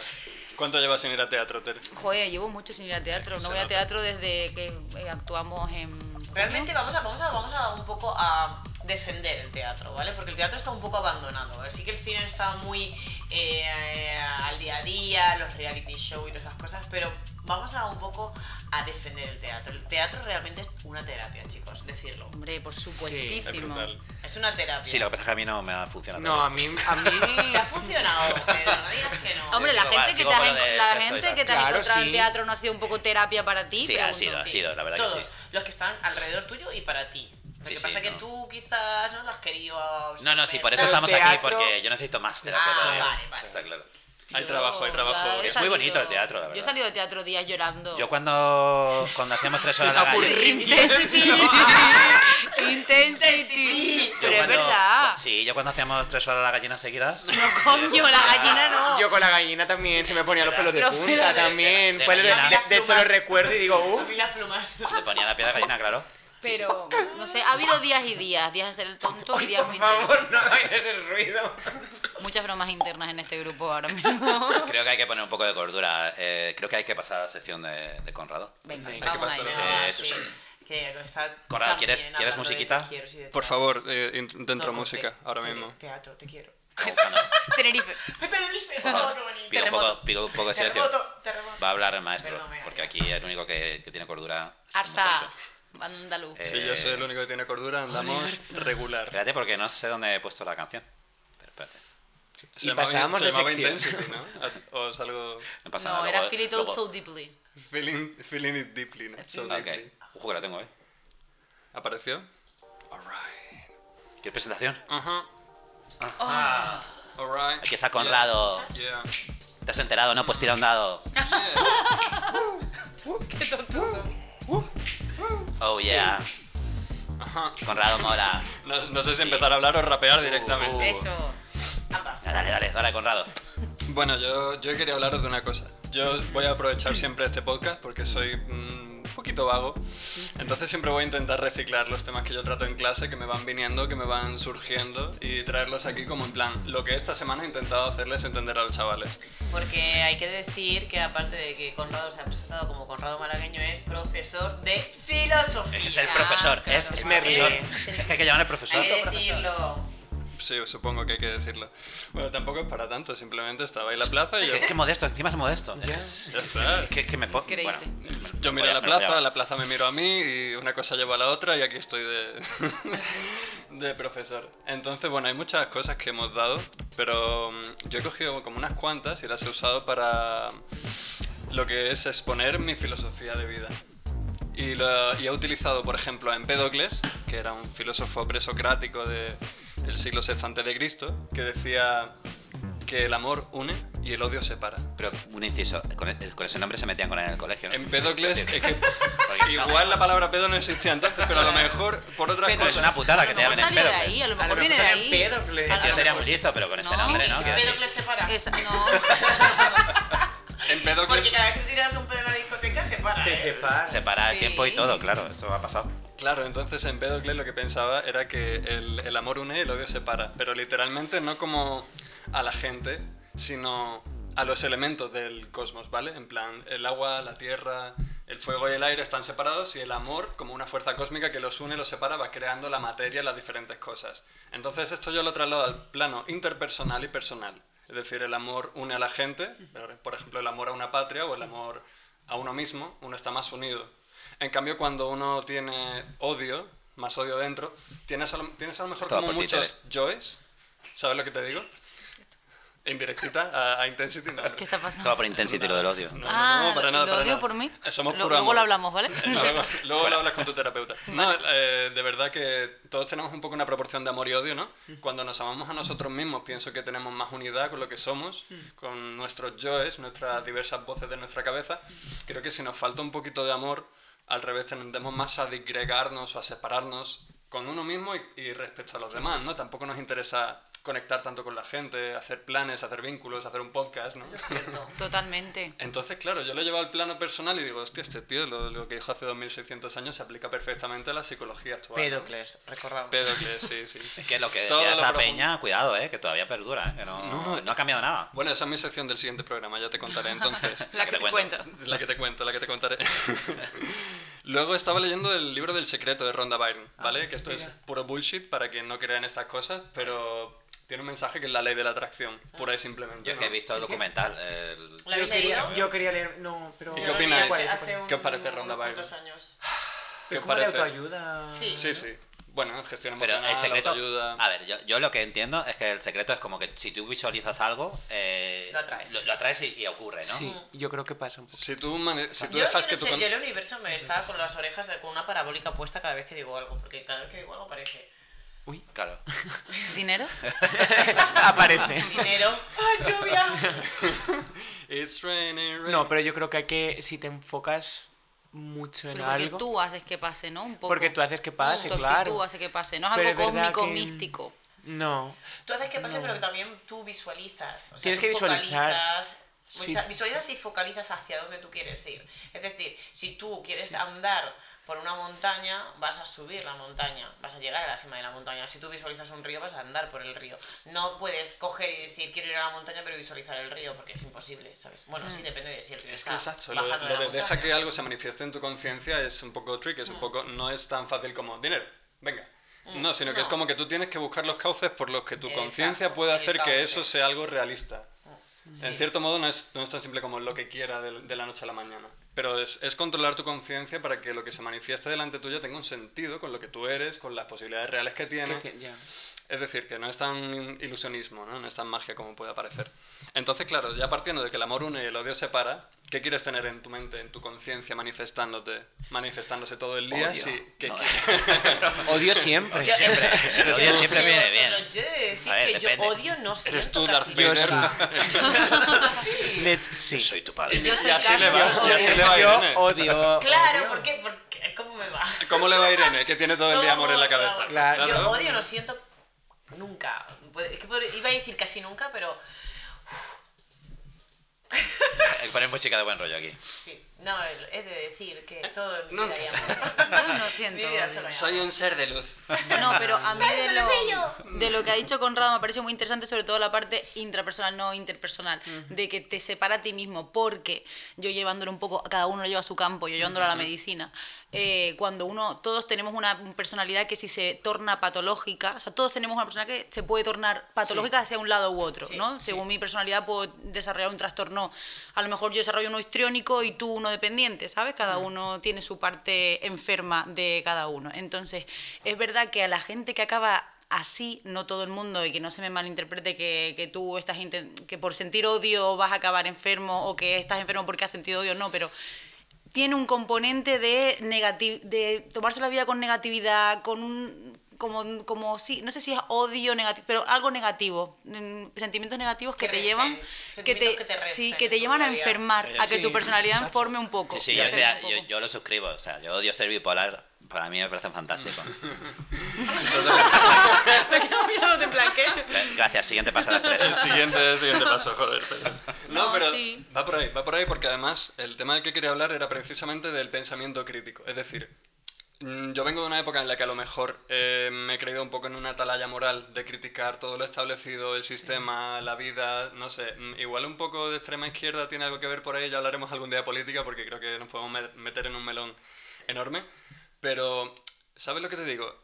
[SPEAKER 5] ¿Cuánto llevas sin ir a teatro, Ter?
[SPEAKER 3] Joder, llevo mucho sin ir a teatro.
[SPEAKER 5] Es que
[SPEAKER 3] No
[SPEAKER 5] se
[SPEAKER 3] voy a
[SPEAKER 5] nota.
[SPEAKER 3] teatro desde que eh, actuamos en. junio.
[SPEAKER 4] Realmente vamos a, vamos, a, vamos a un poco a defender el teatro, ¿vale? Porque el teatro está un poco abandonado. Así que el cine está muy eh, al día a día, los reality show y todas esas cosas, pero vamos a un poco a defender el teatro. El teatro realmente es una terapia, chicos, decirlo.
[SPEAKER 3] Hombre, por
[SPEAKER 5] Es
[SPEAKER 3] supuestísimo.
[SPEAKER 5] brutal.
[SPEAKER 4] Es una terapia.
[SPEAKER 1] Sí, lo que pasa es que a mí no me ha funcionado.
[SPEAKER 2] No, a mí. A mí...
[SPEAKER 4] ¿Te ha funcionado, pero no digas que no.
[SPEAKER 3] Hombre, la
[SPEAKER 1] Yo sigo
[SPEAKER 3] gente
[SPEAKER 1] mal,
[SPEAKER 3] que
[SPEAKER 1] sigo
[SPEAKER 3] te has,
[SPEAKER 1] con lo
[SPEAKER 3] enco-
[SPEAKER 1] del
[SPEAKER 3] la
[SPEAKER 1] gesto y
[SPEAKER 3] gente
[SPEAKER 1] tal.
[SPEAKER 3] que te has
[SPEAKER 2] Claro,
[SPEAKER 3] encontrado en
[SPEAKER 2] sí.
[SPEAKER 3] teatro no ha sido un poco terapia para ti.
[SPEAKER 1] Sí, ha
[SPEAKER 3] Pregunto.
[SPEAKER 1] sido, ha sido, la verdad que
[SPEAKER 4] Todos
[SPEAKER 1] sí.
[SPEAKER 4] los que están alrededor tuyo y para ti. Lo
[SPEAKER 1] Sí,
[SPEAKER 4] que
[SPEAKER 1] sí,
[SPEAKER 4] pasa es que
[SPEAKER 1] no.
[SPEAKER 4] tú quizás no lo has querido.
[SPEAKER 1] No, no, sí, por eso
[SPEAKER 2] Pero
[SPEAKER 1] estamos
[SPEAKER 2] el
[SPEAKER 1] aquí,
[SPEAKER 2] teatro-
[SPEAKER 1] porque yo necesito más terapia.
[SPEAKER 4] Ah,
[SPEAKER 1] todavía.
[SPEAKER 4] vale, vale.
[SPEAKER 1] Está claro.
[SPEAKER 5] Hay
[SPEAKER 3] Yo
[SPEAKER 5] trabajo, hay
[SPEAKER 3] ya
[SPEAKER 5] trabajo.
[SPEAKER 3] he
[SPEAKER 1] Es muy bonito el teatro, la
[SPEAKER 3] Yo he
[SPEAKER 1] verdad.
[SPEAKER 3] salido de teatro días llorando.
[SPEAKER 1] Yo cuando, cuando hacíamos tres horas de gallina...
[SPEAKER 3] Intensity. Intensity.
[SPEAKER 1] yo
[SPEAKER 3] Pero es
[SPEAKER 1] cuando-
[SPEAKER 3] verdad.
[SPEAKER 1] Sí, yo cuando hacíamos tres horas de gallinas seguidas...
[SPEAKER 3] Coño, la gallina no.
[SPEAKER 2] Yo con la gallina también se me ponía los pelos de
[SPEAKER 3] Los pelos
[SPEAKER 2] punta
[SPEAKER 1] de-
[SPEAKER 2] también.
[SPEAKER 1] de
[SPEAKER 2] Pues, de,
[SPEAKER 1] gallina.
[SPEAKER 2] de hecho lo recuerdo y digo,
[SPEAKER 4] A
[SPEAKER 2] uh,
[SPEAKER 4] mí las plumas.
[SPEAKER 1] Le ponía la piedra gallina, claro.
[SPEAKER 3] Pero, no sé, ha habido días y días. Días de hacer el tonto y días muy
[SPEAKER 2] por
[SPEAKER 3] intensos.
[SPEAKER 2] favor, no hagáis ese ruido.
[SPEAKER 3] Muchas bromas internas en este grupo ahora mismo.
[SPEAKER 1] Creo que hay que poner un poco de cordura. eh, creo que hay que pasar a la sección de, de Conrado.
[SPEAKER 3] Venga,
[SPEAKER 5] hay que
[SPEAKER 3] vamos
[SPEAKER 5] pasarlo.
[SPEAKER 3] allá.
[SPEAKER 1] Eh, Susan.
[SPEAKER 4] ah, Que está
[SPEAKER 1] Corrado,
[SPEAKER 4] tan
[SPEAKER 1] ¿quieres-
[SPEAKER 4] bien
[SPEAKER 1] quieres
[SPEAKER 4] hablando de
[SPEAKER 1] musiquita?
[SPEAKER 4] te quiero, sí, de
[SPEAKER 5] Por
[SPEAKER 4] teatro.
[SPEAKER 5] favor, eh, in- dentro
[SPEAKER 4] Todo
[SPEAKER 5] música,
[SPEAKER 4] te-
[SPEAKER 5] ahora
[SPEAKER 4] te-
[SPEAKER 5] mismo.
[SPEAKER 4] Teatro, te quiero.
[SPEAKER 3] Tenerife.
[SPEAKER 4] Tenerife,
[SPEAKER 1] Por favor,
[SPEAKER 4] oh, qué bonito.
[SPEAKER 1] pido un, poco,
[SPEAKER 3] Terremoto.
[SPEAKER 1] pido un poco de silencio.
[SPEAKER 4] Terremoto, terremoto.
[SPEAKER 1] Va a hablar el maestro,
[SPEAKER 4] Perdón, venga,
[SPEAKER 1] porque
[SPEAKER 4] ya.
[SPEAKER 1] aquí el único que, que tiene cordura es el
[SPEAKER 3] Arsa.
[SPEAKER 1] muchacho.
[SPEAKER 3] Andaluz.
[SPEAKER 1] Eh,
[SPEAKER 5] Sí, yo soy el único que tiene cordura, andamos regular.
[SPEAKER 1] Espérate, porque no sé dónde he puesto la canción. Pero espérate.
[SPEAKER 5] Se
[SPEAKER 2] Y
[SPEAKER 5] llamaba-
[SPEAKER 2] pasábamos
[SPEAKER 5] se
[SPEAKER 2] de
[SPEAKER 5] llamaba
[SPEAKER 2] sección.
[SPEAKER 5] Intensity, ¿no? O es algo...
[SPEAKER 1] No pasa eh,
[SPEAKER 3] No,
[SPEAKER 1] nada.
[SPEAKER 3] era
[SPEAKER 1] luego-
[SPEAKER 3] Feel It Out
[SPEAKER 1] luego-
[SPEAKER 3] So Deeply.
[SPEAKER 5] Feeling, feeling it deeply, ¿no? So
[SPEAKER 1] Ah, ok.
[SPEAKER 5] deeply.
[SPEAKER 1] Ojo que la tengo, ¿eh?
[SPEAKER 5] ¿Apareció? Alright.
[SPEAKER 1] ¿Qué presentación?
[SPEAKER 3] Ah.
[SPEAKER 5] Ajá. Alright.
[SPEAKER 1] Aquí está Conrado.
[SPEAKER 5] Yeah.
[SPEAKER 1] ¿Te has enterado? No, pues tira un dado. Oh yeah.
[SPEAKER 5] Ajá.
[SPEAKER 1] Conrado mola.
[SPEAKER 5] No, no sé si empezar a hablar o rapear
[SPEAKER 1] Uh,
[SPEAKER 5] directamente.
[SPEAKER 3] Eso.
[SPEAKER 4] Ambas.
[SPEAKER 1] Ah, Dale, dale, dale, Conrado.
[SPEAKER 5] Bueno, yo, yo quería hablaros de una cosa. Yo voy a aprovechar siempre este podcast porque soy mm, poquito vago. Entonces siempre voy a intentar reciclar los temas que yo trato en clase, que me van viniendo, que me van surgiendo y traerlos aquí como en plan lo que esta semana he intentado hacerles entender a los chavales.
[SPEAKER 4] Porque hay que decir que aparte de que Conrado se ha presentado como Conrado Malagueño, es profesor de filosofía.
[SPEAKER 1] Es que es el profesor,
[SPEAKER 3] claro,
[SPEAKER 1] es,
[SPEAKER 3] es
[SPEAKER 1] el profesor.
[SPEAKER 4] Merlín.
[SPEAKER 1] Es que hay que llamar al profesor.
[SPEAKER 4] Hay que decirlo.
[SPEAKER 5] Sí, supongo que hay que decirlo. Bueno, tampoco es para tanto, simplemente estaba ahí la plaza y
[SPEAKER 1] Es
[SPEAKER 5] yo...
[SPEAKER 1] que, es que modesto, encima es modesto.
[SPEAKER 2] Ya.
[SPEAKER 1] Es,
[SPEAKER 5] Ya está.
[SPEAKER 1] es que, es que me pongo.
[SPEAKER 3] Increíble.
[SPEAKER 5] Yo miré
[SPEAKER 1] Oye,
[SPEAKER 5] la
[SPEAKER 1] me lo
[SPEAKER 5] plaza,
[SPEAKER 1] pegaba.
[SPEAKER 5] la plaza me miró a mí y una cosa lleva a la otra y aquí estoy de, de profesor. Entonces, bueno, hay muchas cosas que hemos dado, pero mm, yo he cogido como unas cuantas y las he usado para mm, lo que es exponer mi filosofía de vida. Y, la- y he utilizado, por ejemplo, a Empédocles, que era un filósofo presocrático de- del siglo VI antes de Cristo, que decía que el amor une y el odio separa.
[SPEAKER 1] Pero un inciso, con, con ese nombre se metían con él en el colegio. ¿no?
[SPEAKER 5] Empédocles es que
[SPEAKER 1] Porque no.
[SPEAKER 5] igual la palabra pedo no existía entonces, pero a lo mejor por otras
[SPEAKER 1] Pero es
[SPEAKER 5] cosas.
[SPEAKER 1] una putada Ah, que te
[SPEAKER 3] a lo mejor salió
[SPEAKER 1] llamen
[SPEAKER 3] de
[SPEAKER 1] Empédocles.
[SPEAKER 3] ahí, a lo
[SPEAKER 2] pues. A
[SPEAKER 3] mejor
[SPEAKER 2] lo
[SPEAKER 3] viene de
[SPEAKER 2] mejor
[SPEAKER 3] ahí.
[SPEAKER 2] era Empédocles.
[SPEAKER 1] El tío sería muy listo, pero con ese
[SPEAKER 3] No,
[SPEAKER 1] nombre, ¿no?
[SPEAKER 3] que
[SPEAKER 1] Quiero decir,
[SPEAKER 4] Pedocles se para.
[SPEAKER 3] Esa- no.
[SPEAKER 4] Porque
[SPEAKER 5] Empédocles,
[SPEAKER 4] cada vez que tiras un pedo en la discoteca se para.
[SPEAKER 2] Se
[SPEAKER 4] ¿eh?
[SPEAKER 2] separa.
[SPEAKER 1] Separar el
[SPEAKER 3] Sí.
[SPEAKER 1] tiempo y todo, claro, esto ha pasado.
[SPEAKER 5] claro, entonces Empédocles lo que pensaba era que el, el amor une y el odio separa, pero literalmente no como a la gente, sino a los elementos del cosmos, ¿vale? En plan, el agua, la tierra, el fuego y el aire están separados y el amor, como una fuerza cósmica que los une y los separa, va creando la materia, las diferentes cosas. Entonces esto yo lo traslado al plano interpersonal y personal. Es decir, el amor une a la gente, pero, por ejemplo, el amor a una patria o el amor a uno mismo, uno está más unido. En cambio, cuando uno tiene odio, más odio dentro, tienes a lo, tienes a lo mejor
[SPEAKER 1] Esto va
[SPEAKER 5] como
[SPEAKER 1] por ti,
[SPEAKER 5] muchos joys, ¿sabes lo que te digo? Indirectita a, a Intensity. No,
[SPEAKER 3] ¿Qué está
[SPEAKER 1] Esto va
[SPEAKER 3] pasando?
[SPEAKER 1] por intensity lo del odio.
[SPEAKER 5] no, no,
[SPEAKER 3] Ah,
[SPEAKER 5] no, para
[SPEAKER 3] lo-
[SPEAKER 5] nada,
[SPEAKER 3] lo
[SPEAKER 5] para
[SPEAKER 3] odio
[SPEAKER 5] nada.
[SPEAKER 3] por mí.
[SPEAKER 5] Somos
[SPEAKER 3] Lo-
[SPEAKER 5] puro
[SPEAKER 3] luego lo
[SPEAKER 5] amor.
[SPEAKER 3] hablamos, ¿vale?
[SPEAKER 5] Luego, luego lo hablas con tu terapeuta. No, eh, de verdad que todos tenemos un poco una proporción de amor y odio, ¿no? Cuando nos amamos a nosotros mismos, pienso que tenemos más unidad con lo que somos, con nuestros yoes, nuestras diversas voces de nuestra cabeza. Creo que si nos falta un poquito de amor, al revés, tendemos más a disgregarnos o a separarnos con uno mismo y, y respecto a los demás, ¿no? Tampoco nos interesa conectar tanto con la gente, hacer planes, hacer vínculos, hacer un podcast, ¿no?
[SPEAKER 3] Totalmente.
[SPEAKER 5] Entonces, claro, yo lo llevo al plano personal y digo, hostia, este tío, lo, lo que dijo hace 2600 años se aplica perfectamente a la psicología actual. ¿no?
[SPEAKER 2] Pedocles, recordamos.
[SPEAKER 5] Pedocles, sí, sí, sí.
[SPEAKER 1] Es que lo que
[SPEAKER 5] Todo
[SPEAKER 1] decía
[SPEAKER 5] lo
[SPEAKER 1] esa
[SPEAKER 5] profundo.
[SPEAKER 1] peña, cuidado, eh, que todavía perdura, eh, que no,
[SPEAKER 5] No.
[SPEAKER 1] no ha cambiado nada.
[SPEAKER 5] Bueno, esa es mi sección del siguiente programa, ya te contaré entonces.
[SPEAKER 3] La que te cuento.
[SPEAKER 5] La que te cuento, la que te contaré. Luego estaba leyendo el libro del secreto de Ronda Byrne,
[SPEAKER 4] Ah,
[SPEAKER 5] ¿vale? que esto es puro bullshit para quien no crea en estas cosas, pero tiene un mensaje que es la ley de la atracción,
[SPEAKER 4] Ah.
[SPEAKER 5] pura y simplemente.
[SPEAKER 1] Yo es que he
[SPEAKER 5] ¿no?
[SPEAKER 1] visto el documental. el-
[SPEAKER 4] ¿La
[SPEAKER 2] Yo
[SPEAKER 4] habéis
[SPEAKER 2] quería,
[SPEAKER 4] leído?
[SPEAKER 2] yo quería leer. No, pero.
[SPEAKER 5] ¿Y
[SPEAKER 4] Yo
[SPEAKER 5] qué
[SPEAKER 4] lo leí
[SPEAKER 5] opináis?
[SPEAKER 4] hace-
[SPEAKER 2] ¿Cuál es?
[SPEAKER 4] hace
[SPEAKER 5] ¿Qué os parece
[SPEAKER 4] un-
[SPEAKER 5] Ronda
[SPEAKER 4] unos
[SPEAKER 5] Byrne?
[SPEAKER 4] cuantos años.
[SPEAKER 5] ¿Qué
[SPEAKER 2] ¿Pero
[SPEAKER 5] os
[SPEAKER 2] ¿Cómo de
[SPEAKER 5] parece?
[SPEAKER 2] autoayuda?
[SPEAKER 4] Sí.
[SPEAKER 5] Sí, sí. Bueno, gestión
[SPEAKER 1] Pero
[SPEAKER 5] emocional,
[SPEAKER 1] el secreto. Ah.
[SPEAKER 5] autoayuda.
[SPEAKER 1] A ver, yo, yo lo que entiendo es que el secreto es como que si tú visualizas algo. eh,
[SPEAKER 4] Lo atraes.
[SPEAKER 1] Lo, lo atraes y, y ocurre, ¿no?
[SPEAKER 2] Sí, yo creo que pasa un poco.
[SPEAKER 5] Si tú, mane- si tú
[SPEAKER 4] Yo,
[SPEAKER 5] dejas
[SPEAKER 4] yo
[SPEAKER 5] que
[SPEAKER 4] no
[SPEAKER 5] tu
[SPEAKER 4] sé,
[SPEAKER 5] con-
[SPEAKER 4] yo el universo me está con las orejas con una parabólica puesta cada vez que digo algo, porque cada vez que digo algo aparece
[SPEAKER 1] Claro.
[SPEAKER 3] ¿Dinero?
[SPEAKER 2] Aparece.
[SPEAKER 4] dinero, ¡ay, lluvia!
[SPEAKER 5] It's raining, rain.
[SPEAKER 2] No, pero yo creo que hay que. Si te enfocas mucho en
[SPEAKER 3] Pero porque
[SPEAKER 2] algo.
[SPEAKER 3] tú haces que pase, ¿no? Un poco.
[SPEAKER 2] Porque tú haces que pase,
[SPEAKER 3] Tu actitud
[SPEAKER 2] claro.
[SPEAKER 3] hace que pase, no es
[SPEAKER 2] Pero
[SPEAKER 3] algo
[SPEAKER 2] es verdad
[SPEAKER 3] cósmico,
[SPEAKER 2] que-
[SPEAKER 3] místico.
[SPEAKER 2] No.
[SPEAKER 4] Tú haces que pase, pero que también tú visualizas. O sea,
[SPEAKER 2] Tienes
[SPEAKER 4] tú
[SPEAKER 2] que visualizar.
[SPEAKER 4] focalizas,
[SPEAKER 2] Sí.
[SPEAKER 4] visa- Visualizas y focalizas hacia dónde tú quieres ir. Es decir, si tú quieres andar por una montaña, vas a subir la montaña, vas a llegar a la cima de la montaña. Si tú visualizas un río, vas a andar por el río. No puedes coger y decir, quiero ir a la montaña, pero visualizar el río, porque es imposible, ¿sabes? Bueno, sí, depende de si el río
[SPEAKER 5] Mm. Es que
[SPEAKER 4] está
[SPEAKER 5] exacto, lo,
[SPEAKER 4] bajando de
[SPEAKER 5] lo
[SPEAKER 4] la
[SPEAKER 5] de deja
[SPEAKER 4] montaña. Mm.
[SPEAKER 5] que algo se manifieste en tu conciencia es un poco tricky, es un poco, no es tan fácil como dinero, venga. No, sino que es
[SPEAKER 4] no.
[SPEAKER 5] como que tú tienes que buscar los cauces por los que tu
[SPEAKER 4] Exacto,
[SPEAKER 5] conciencia puede
[SPEAKER 4] el
[SPEAKER 5] hacer que
[SPEAKER 4] cauce. Mm.
[SPEAKER 5] eso sea algo realista.
[SPEAKER 4] Sí.
[SPEAKER 5] En cierto modo no es, no es tan simple como lo que quiera de, de la noche a la mañana, pero es, es controlar tu conciencia para que lo que se manifieste delante tuyo tenga un sentido con lo que tú eres, con las posibilidades reales que tienes.
[SPEAKER 2] Que te- ya.
[SPEAKER 5] Es decir, que no es tan ilusionismo, ¿no? No es tan magia como puede parecer. Entonces, claro, ya partiendo de que el amor une y el odio separa, ¿qué quieres tener en tu mente, en tu conciencia, manifestándote, manifestándose todo el día?
[SPEAKER 1] Odio.
[SPEAKER 5] Sí, ¿qué
[SPEAKER 1] No,
[SPEAKER 5] quieres?
[SPEAKER 2] Odio siempre.
[SPEAKER 4] Yo-
[SPEAKER 1] Siempre. El odio
[SPEAKER 4] no
[SPEAKER 1] siempre
[SPEAKER 4] sé
[SPEAKER 1] viene
[SPEAKER 4] vosotros,
[SPEAKER 1] bien.
[SPEAKER 4] Yo he de decir
[SPEAKER 1] A ver,
[SPEAKER 4] que
[SPEAKER 1] depende.
[SPEAKER 4] yo odio no siento
[SPEAKER 5] tú,
[SPEAKER 4] casi
[SPEAKER 5] Darth Vader.
[SPEAKER 4] nada. Sí.
[SPEAKER 2] De- sí.
[SPEAKER 1] Soy tu padre.
[SPEAKER 4] Yo
[SPEAKER 5] Y
[SPEAKER 4] soy
[SPEAKER 5] así le
[SPEAKER 4] Darth
[SPEAKER 5] va, y así
[SPEAKER 4] Vader.
[SPEAKER 5] le va a
[SPEAKER 2] Yo
[SPEAKER 5] Irene.
[SPEAKER 2] odio.
[SPEAKER 4] Claro,
[SPEAKER 2] odio.
[SPEAKER 4] ¿por qué? Porque, ¿Cómo me va?
[SPEAKER 5] ¿Cómo le va a Irene, que tiene todo el día amor en la
[SPEAKER 4] ¿Cómo me
[SPEAKER 5] cabeza?
[SPEAKER 4] va?
[SPEAKER 2] Claro.
[SPEAKER 4] Yo odio, no siento nunca. Puede- Es que podría- iba a decir casi nunca, pero
[SPEAKER 1] Poner música de buen rollo aquí.
[SPEAKER 4] sí. No, es de decir que todo en mi
[SPEAKER 5] Nunca.
[SPEAKER 4] vida hay amor.
[SPEAKER 3] Yo no siento.
[SPEAKER 4] Mi vida solo hay amor.
[SPEAKER 5] Soy un ser de luz.
[SPEAKER 3] No, pero a mí de lo, de lo que ha dicho Conrado me parece muy interesante, sobre todo la parte intrapersonal, no interpersonal, de que te separa a ti mismo, porque yo llevándolo un poco, cada uno lo lleva a su campo, yo llevándolo a la medicina, eh, cuando uno, todos tenemos una personalidad que si se torna patológica, o sea, todos tenemos una persona que se puede tornar patológica hacia un lado u otro,
[SPEAKER 4] Sí,
[SPEAKER 3] ¿no? Según mi personalidad puedo desarrollar un trastorno, a lo mejor yo desarrollo uno histriónico y tú uno dependiente, ¿sabes? Cada uno tiene su parte enferma de cada uno. Entonces, es verdad que a la gente que acaba así, no todo el mundo, y que no se me malinterprete que, que tú estás, inten- que por sentir odio vas a acabar enfermo o que estás enfermo porque has sentido odio, no, pero tiene un componente de negati- de tomarse la vida con negatividad, con un como, como sí, no sé si es odio negativo, pero algo negativo, mm, sentimientos negativos que,
[SPEAKER 4] Que
[SPEAKER 3] te
[SPEAKER 4] resten,
[SPEAKER 3] llevan, que te,
[SPEAKER 4] sentimientos que te
[SPEAKER 3] sí,
[SPEAKER 4] resten
[SPEAKER 3] que te
[SPEAKER 4] en tu
[SPEAKER 3] llevan a
[SPEAKER 4] día a día.
[SPEAKER 3] enfermar, a que
[SPEAKER 2] Sí,
[SPEAKER 3] tu personalidad
[SPEAKER 2] exacto.
[SPEAKER 3] enforme un poco.
[SPEAKER 1] Sí, sí,
[SPEAKER 3] Y
[SPEAKER 1] yo,
[SPEAKER 3] enferme
[SPEAKER 1] estoy-
[SPEAKER 3] un poco.
[SPEAKER 1] yo- yo lo suscribo. O sea, yo odio ser bipolar. Para mí me parece fantástico.
[SPEAKER 3] Me quedo mirándote en plan, ¿qué?
[SPEAKER 1] Gracias, siguiente pasa a las tres.
[SPEAKER 5] El siguiente, el siguiente paso, joder. pero- No,
[SPEAKER 3] No,
[SPEAKER 5] pero
[SPEAKER 3] sí.
[SPEAKER 5] va por ahí, va por ahí porque además el tema del que quería hablar era precisamente del pensamiento crítico. Es decir, mm, yo vengo de una época en la que a lo mejor eh, me he creído un poco en una atalaya moral de criticar todo lo establecido, el sistema, la vida, no sé. mm, Igual un poco de extrema izquierda tiene algo que ver por ahí, ya hablaremos algún día de política porque creo que nos podemos met- meter en un melón enorme. Pero, ¿sabes lo que te digo?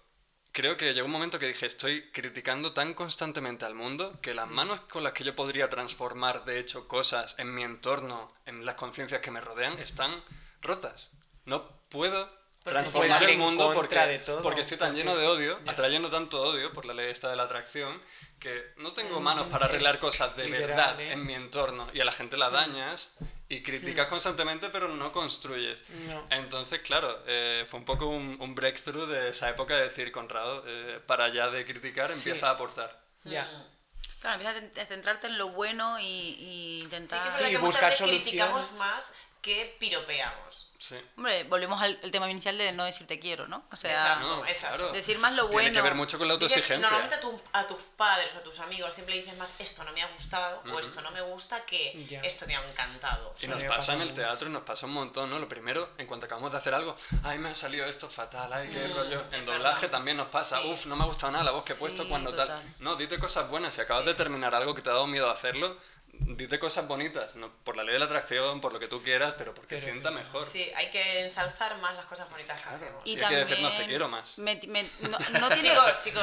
[SPEAKER 5] Creo que llegó un momento que dije, estoy criticando tan constantemente al mundo que
[SPEAKER 2] Mm.
[SPEAKER 5] las manos con las que yo podría transformar, de hecho, cosas en mi entorno, en las conciencias que me rodean, están rotas. No puedo transformar
[SPEAKER 2] puedes ir
[SPEAKER 5] el
[SPEAKER 2] en
[SPEAKER 5] mundo porque,
[SPEAKER 2] contra de todo,
[SPEAKER 5] porque estoy tan
[SPEAKER 2] porque-
[SPEAKER 5] lleno de odio, atrayendo tanto odio por la ley esta de la atracción, que no tengo manos para arreglar cosas de
[SPEAKER 2] Mm, Literal,
[SPEAKER 5] verdad
[SPEAKER 2] ¿eh?
[SPEAKER 5] en mi entorno y a la gente la
[SPEAKER 2] Mm.
[SPEAKER 5] dañas y criticas constantemente pero no construyes.
[SPEAKER 2] No.
[SPEAKER 5] Entonces, claro, eh, fue un poco un, un breakthrough de esa época de decir, Conrado, eh, para allá de criticar,
[SPEAKER 2] Sí.
[SPEAKER 5] empieza a aportar.
[SPEAKER 2] Ya.
[SPEAKER 3] Claro, empiezas a centrarte en lo bueno y, y
[SPEAKER 4] Sí que es
[SPEAKER 3] intentar...
[SPEAKER 4] verdad
[SPEAKER 2] Sí,
[SPEAKER 4] que muchas
[SPEAKER 2] buscar
[SPEAKER 4] veces
[SPEAKER 2] soluciones.
[SPEAKER 4] criticamos más que piropeamos.
[SPEAKER 5] Sí.
[SPEAKER 3] Hombre, volvemos al el tema inicial de no decir te quiero, ¿no? O sea,
[SPEAKER 4] Exacto. claro.
[SPEAKER 3] Ah, decir más lo
[SPEAKER 5] Tiene que
[SPEAKER 3] bueno.
[SPEAKER 5] ver mucho con la
[SPEAKER 4] Dices,
[SPEAKER 5] autoexigencia.
[SPEAKER 4] normalmente a, tu- a tus padres o a tus amigos siempre dices más esto no me ha gustado o esto no me gusta que
[SPEAKER 2] Ya.
[SPEAKER 4] esto me ha encantado.
[SPEAKER 5] Y
[SPEAKER 2] Sí,
[SPEAKER 5] nos
[SPEAKER 2] me
[SPEAKER 5] pasa
[SPEAKER 2] pasa
[SPEAKER 5] en el
[SPEAKER 2] mucho.
[SPEAKER 5] teatro, nos pasa un montón, ¿no? Lo primero, en cuanto acabamos de hacer algo, ay, me ha salido esto fatal, ay, qué rollo. En
[SPEAKER 4] es
[SPEAKER 5] doblaje
[SPEAKER 4] verdad.
[SPEAKER 5] también nos pasa,
[SPEAKER 4] Sí.
[SPEAKER 5] uf, no me ha gustado nada la voz que he
[SPEAKER 3] Sí,
[SPEAKER 5] puesto cuando tal.
[SPEAKER 3] total.
[SPEAKER 5] No, dite cosas buenas, si acabas de terminar algo que te ha dado miedo a hacerlo, dite cosas bonitas, no, por la ley de la atracción, por lo que tú quieras, pero porque
[SPEAKER 2] Pero-
[SPEAKER 5] sienta mejor.
[SPEAKER 4] Sí, hay que ensalzar más las cosas bonitas que hacemos.
[SPEAKER 5] Y hay que decirnos, "Te quiero más".
[SPEAKER 3] me- me- no, no tiene...
[SPEAKER 4] Chicos, chicos,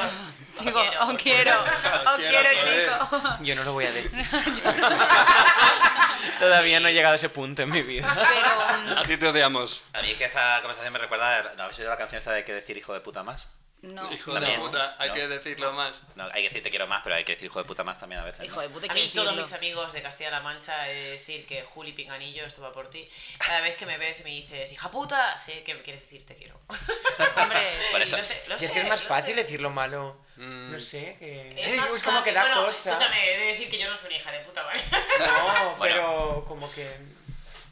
[SPEAKER 4] os
[SPEAKER 3] Digo,
[SPEAKER 4] quiero.
[SPEAKER 3] os quiero, os
[SPEAKER 5] quiero,
[SPEAKER 3] quiero,
[SPEAKER 5] joder.
[SPEAKER 3] chicos.
[SPEAKER 2] Yo no lo voy a decir. Todavía no he llegado a ese punto en mi vida.
[SPEAKER 3] Pero
[SPEAKER 5] A ti te odiamos.
[SPEAKER 1] A mí es que esta conversación me recuerda. ¿No habéis oído la canción esta de que decir hijo de puta más?
[SPEAKER 3] mm, no.
[SPEAKER 5] Hijo de
[SPEAKER 1] También,
[SPEAKER 5] puta, hay
[SPEAKER 1] ¿no?
[SPEAKER 5] que decirlo más.
[SPEAKER 1] No, hay que decir te quiero más, pero hay que decir hijo de puta más también a veces. ¿no?
[SPEAKER 3] Hijo de puta,
[SPEAKER 4] A
[SPEAKER 3] hay que
[SPEAKER 4] mí todos
[SPEAKER 3] decirlo.
[SPEAKER 4] mis amigos de Castilla-La Mancha he de decir que Juli Pinganillo, esto va por ti, cada vez que me ves y me dices, hija puta, sé que me quieres decir te quiero.
[SPEAKER 3] Hombre,
[SPEAKER 1] Por eso.
[SPEAKER 4] Lo sé, lo
[SPEAKER 2] Y es
[SPEAKER 4] sé,
[SPEAKER 2] que es más
[SPEAKER 4] lo
[SPEAKER 2] fácil
[SPEAKER 4] sé.
[SPEAKER 2] decir lo malo. No sé. que-
[SPEAKER 4] Es
[SPEAKER 2] Ey,
[SPEAKER 4] más
[SPEAKER 2] uy, como que
[SPEAKER 4] fácil.
[SPEAKER 2] da
[SPEAKER 4] Bueno,
[SPEAKER 2] cosa.
[SPEAKER 4] Escúchame, he de decir que yo no soy una hija de puta, ¿vale?
[SPEAKER 2] No,
[SPEAKER 1] Bueno.
[SPEAKER 2] pero como que.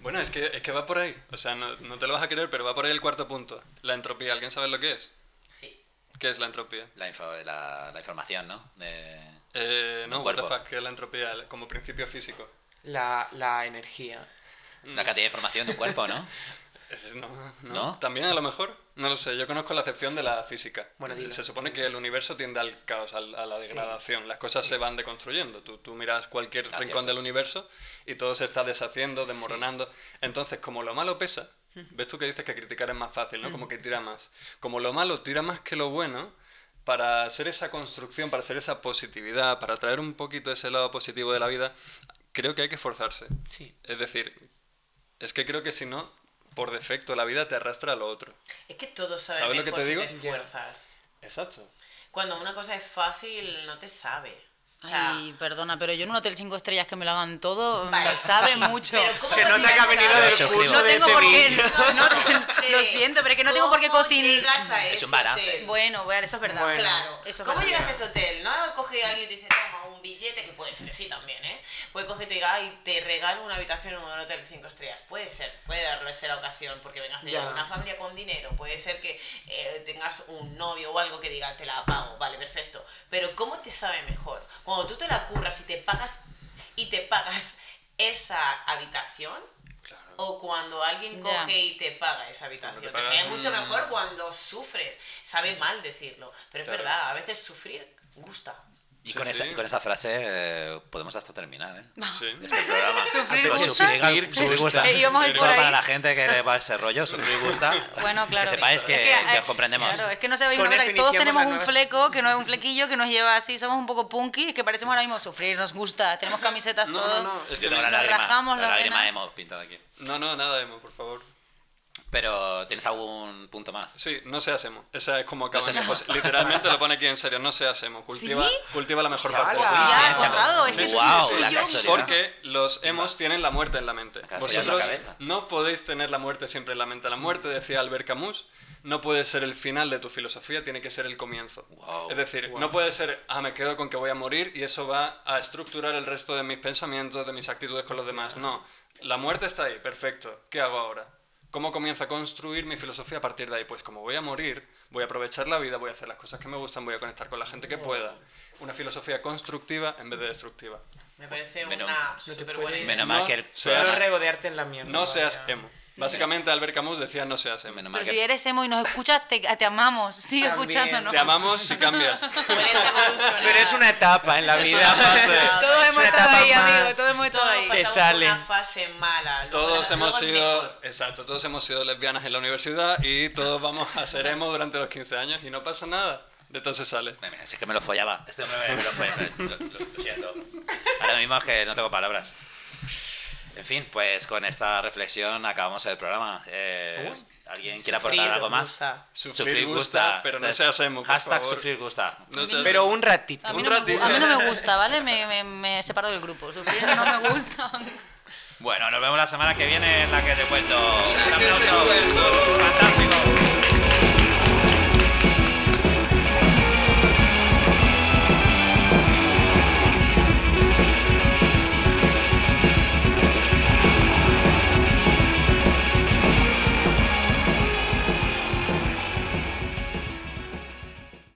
[SPEAKER 5] Bueno, es que, es que va por ahí. O sea, no, no te lo vas a creer, pero va por ahí el cuarto punto. La entropía. ¿Alguien sabe lo que es?
[SPEAKER 4] Sí.
[SPEAKER 5] ¿Qué es la entropía?
[SPEAKER 1] La, info- la- la información, ¿no? De...
[SPEAKER 5] Eh, no,
[SPEAKER 1] Un
[SPEAKER 5] what the
[SPEAKER 1] cuerpo.
[SPEAKER 5] fuck, ¿qué es la entropía? El- Como principio físico.
[SPEAKER 2] La, la energía.
[SPEAKER 3] Mm.
[SPEAKER 1] La cantidad de información de un cuerpo, ¿no?
[SPEAKER 5] Es- No, no.
[SPEAKER 1] ¿No?
[SPEAKER 5] También a lo mejor. No lo sé, yo conozco la acepción de la física.
[SPEAKER 2] Bueno, dilo.
[SPEAKER 5] se supone que el universo tiende al caos, al- a la degradación. Las cosas se van deconstruyendo. Tú, tú miras cualquier
[SPEAKER 1] Ah,
[SPEAKER 5] rincón
[SPEAKER 1] cierto.
[SPEAKER 5] del universo y todo se está deshaciendo, desmoronando. Entonces, como lo malo pesa, ves tú que dices que criticar es más fácil, ¿no? Como que tira más. Como lo malo tira más que lo bueno, para hacer esa construcción, para hacer esa positividad, para traer un poquito ese lado positivo de la vida, creo que hay que esforzarse.
[SPEAKER 2] Sí.
[SPEAKER 5] Es decir, es que creo que si no, por defecto, la vida te arrastra a lo otro.
[SPEAKER 4] Es que todos saben
[SPEAKER 5] ¿Sabes lo que
[SPEAKER 4] mejor
[SPEAKER 5] te
[SPEAKER 4] si
[SPEAKER 5] digo?
[SPEAKER 4] te esfuerzas.
[SPEAKER 5] Exacto.
[SPEAKER 4] Cuando una cosa es fácil, no te sabe. O sea,
[SPEAKER 3] Ay, perdona, pero yo en un hotel cinco estrellas que me lo hagan todo,
[SPEAKER 4] Vale,
[SPEAKER 3] me sabe
[SPEAKER 4] sí,
[SPEAKER 3] mucho.
[SPEAKER 4] pero ¿cómo
[SPEAKER 2] Se
[SPEAKER 4] no
[SPEAKER 2] nota
[SPEAKER 4] llegas
[SPEAKER 2] que ha
[SPEAKER 4] a-
[SPEAKER 2] venido
[SPEAKER 1] Pero yo
[SPEAKER 2] del
[SPEAKER 1] creo-
[SPEAKER 2] curso
[SPEAKER 1] No
[SPEAKER 2] de
[SPEAKER 3] tengo por qué.
[SPEAKER 2] Sevilla.
[SPEAKER 3] Lo siento, pero es que no tengo por qué
[SPEAKER 8] ¿Cómo
[SPEAKER 3] cocinar.
[SPEAKER 8] llegas a
[SPEAKER 1] Es un
[SPEAKER 8] ese
[SPEAKER 1] balance.
[SPEAKER 8] hotel?
[SPEAKER 3] Bueno, bueno, eso es verdad.
[SPEAKER 2] Bueno.
[SPEAKER 3] Claro,
[SPEAKER 8] Claro.
[SPEAKER 3] eso es
[SPEAKER 4] ¿Cómo
[SPEAKER 3] verdad.
[SPEAKER 4] llegas a ese hotel? No coge alguien y te dice, toma un billete, que puede ser que sí también, ¿eh? Puede coger y te diga, ay, te regalo una habitación en un hotel cinco estrellas. Puede ser, puede darle ser la ocasión, porque vengas de
[SPEAKER 2] Ya.
[SPEAKER 4] una familia con dinero, puede ser que eh, tengas un novio o algo que diga, te la pago, vale, perfecto. Pero ¿cómo te sabe mejor? Cuando tú te la curras y te pagas, y te pagas esa habitación,
[SPEAKER 5] Claro.
[SPEAKER 4] o cuando alguien
[SPEAKER 3] Ya.
[SPEAKER 4] coge y te paga esa habitación.
[SPEAKER 5] Cuando te
[SPEAKER 4] sería
[SPEAKER 5] pagas
[SPEAKER 4] mucho
[SPEAKER 5] un-
[SPEAKER 4] mejor cuando sufres. Sabe mal decirlo, pero es
[SPEAKER 5] Claro.
[SPEAKER 4] verdad, a veces sufrir gusta.
[SPEAKER 1] Y,
[SPEAKER 5] Sí,
[SPEAKER 1] con, esa,
[SPEAKER 5] sí.
[SPEAKER 1] y con esa frase eh, podemos hasta terminar, ¿eh?
[SPEAKER 5] Sí.
[SPEAKER 1] Este programa.
[SPEAKER 3] Sufrir
[SPEAKER 1] Digo,
[SPEAKER 3] gusta.
[SPEAKER 1] Sufrir, sufrir gusta.
[SPEAKER 3] Eh, íbamos a ir
[SPEAKER 1] Solo
[SPEAKER 3] por ahí.
[SPEAKER 1] para la gente que le va ese rollo, sufrir gusta.
[SPEAKER 3] Bueno, claro.
[SPEAKER 1] Que sepáis que,
[SPEAKER 3] Es
[SPEAKER 1] que
[SPEAKER 3] eh,
[SPEAKER 1] os comprendemos.
[SPEAKER 3] Claro, es que no sabéis una
[SPEAKER 2] Con
[SPEAKER 3] cosa,
[SPEAKER 2] esto
[SPEAKER 3] que todos
[SPEAKER 2] iniciamos
[SPEAKER 3] tenemos
[SPEAKER 2] la
[SPEAKER 3] un
[SPEAKER 2] nueva-
[SPEAKER 3] fleco, que no es un flequillo, que nos lleva así, somos un poco punky, es que parecemos ahora mismo sufrir, nos gusta, tenemos camisetas
[SPEAKER 5] No,
[SPEAKER 3] todos.
[SPEAKER 5] no, no. Es
[SPEAKER 1] Yo
[SPEAKER 5] que
[SPEAKER 1] tengo la
[SPEAKER 5] no,
[SPEAKER 3] Nos
[SPEAKER 1] lágrima,
[SPEAKER 3] rajamos
[SPEAKER 1] la
[SPEAKER 3] la
[SPEAKER 1] lágrima
[SPEAKER 3] vena.
[SPEAKER 1] hemos pintado aquí.
[SPEAKER 5] no, no, nada, Emo, por favor.
[SPEAKER 1] Pero, ¿tienes algún punto más?
[SPEAKER 5] Sí, no se hacemos. Esa es como acaba.
[SPEAKER 1] se hace
[SPEAKER 5] Pues, literalmente lo pone aquí en serio. No se hacemos. Cultiva, cultiva la mejor
[SPEAKER 2] Hostia,
[SPEAKER 5] parte.
[SPEAKER 2] ala.
[SPEAKER 5] de ti.
[SPEAKER 3] Ya, Conrado, es que
[SPEAKER 5] Sí, sí,
[SPEAKER 1] Ah, Guau,
[SPEAKER 5] sí, sí.
[SPEAKER 1] la
[SPEAKER 5] Y
[SPEAKER 1] casualidad.
[SPEAKER 5] Porque los hemos tienen la muerte en la mente.
[SPEAKER 1] casualidad
[SPEAKER 5] Vosotros
[SPEAKER 1] en la cabeza.
[SPEAKER 5] no podéis tener la muerte siempre en la mente. La muerte, decía Albert Camus, no puede ser el final de tu filosofía, tiene que ser el comienzo.
[SPEAKER 1] Wow.
[SPEAKER 5] Es decir, no puede ser, ah, me quedo con que voy a morir y eso va a estructurar el resto de mis pensamientos, de mis actitudes con los demás. No, la muerte está ahí, perfecto. ¿Qué hago ahora? ¿Cómo comienzo a construir mi filosofía a partir de ahí? Pues como voy a morir, voy a aprovechar la vida, voy a hacer las cosas que me gustan, voy a conectar con la gente que pueda. Una filosofía constructiva en vez de destructiva.
[SPEAKER 4] Me parece
[SPEAKER 1] Menos-
[SPEAKER 4] una
[SPEAKER 1] no
[SPEAKER 2] te
[SPEAKER 4] súper buena
[SPEAKER 2] puedes-
[SPEAKER 4] idea.
[SPEAKER 1] Menos mal
[SPEAKER 5] No
[SPEAKER 1] que el
[SPEAKER 5] seas-
[SPEAKER 2] No
[SPEAKER 1] programa-
[SPEAKER 2] regodearte en la mierda.
[SPEAKER 5] No seas
[SPEAKER 2] vaya.
[SPEAKER 5] emo. Básicamente Albert Camus decía no seas emo.
[SPEAKER 1] Menos mal
[SPEAKER 3] Pero
[SPEAKER 1] que-
[SPEAKER 3] si eres emo y nos escuchas, te, te amamos, sigue
[SPEAKER 2] También.
[SPEAKER 3] escuchándonos.
[SPEAKER 5] Te amamos si cambias.
[SPEAKER 4] Puedes evolucionar.
[SPEAKER 2] Pero es una etapa en la
[SPEAKER 5] Es
[SPEAKER 2] vida.
[SPEAKER 5] una fase.
[SPEAKER 3] Todos
[SPEAKER 2] Es
[SPEAKER 3] hemos
[SPEAKER 2] una
[SPEAKER 3] estado
[SPEAKER 2] etapa
[SPEAKER 3] ahí,
[SPEAKER 2] más.
[SPEAKER 3] amigo, todos hemos estado
[SPEAKER 4] Todos
[SPEAKER 3] ahí.
[SPEAKER 2] Sí.
[SPEAKER 4] pasamos
[SPEAKER 2] Se
[SPEAKER 4] por
[SPEAKER 2] sale.
[SPEAKER 4] una fase mala. luego-
[SPEAKER 5] Todos
[SPEAKER 4] luego
[SPEAKER 5] hemos
[SPEAKER 4] es
[SPEAKER 5] sido,
[SPEAKER 4] mejor.
[SPEAKER 5] exacto, todos hemos sido lesbianas en la universidad y todos vamos a ser emo durante los 15 años y no pasa nada. De todo se sale.
[SPEAKER 1] Mira, mira, Si es que me lo follaba. Este hombre me, me lo follaba. Lo, lo- lo siento. Ahora mismo es que no tengo palabras. En fin, pues con esta reflexión acabamos el programa. Eh, ¿Alguien quiere aportar
[SPEAKER 4] Sufrir
[SPEAKER 1] algo más?
[SPEAKER 4] gusta.
[SPEAKER 5] Sufrir gusta, pero no
[SPEAKER 1] Este-
[SPEAKER 5] se hace emo, por
[SPEAKER 1] Hashtag
[SPEAKER 5] favor.
[SPEAKER 1] sufrir gusta.
[SPEAKER 5] No sé-
[SPEAKER 2] Pero un ratito.
[SPEAKER 3] A mí,
[SPEAKER 5] Un
[SPEAKER 3] no me, gu-
[SPEAKER 5] ratito.
[SPEAKER 3] a mí no me gusta, ¿vale? Me, me, me separo del grupo. Sufrir no me gusta.
[SPEAKER 1] Bueno, nos vemos la semana que viene en la que te cuento. Un aplauso.
[SPEAKER 5] Pero bueno.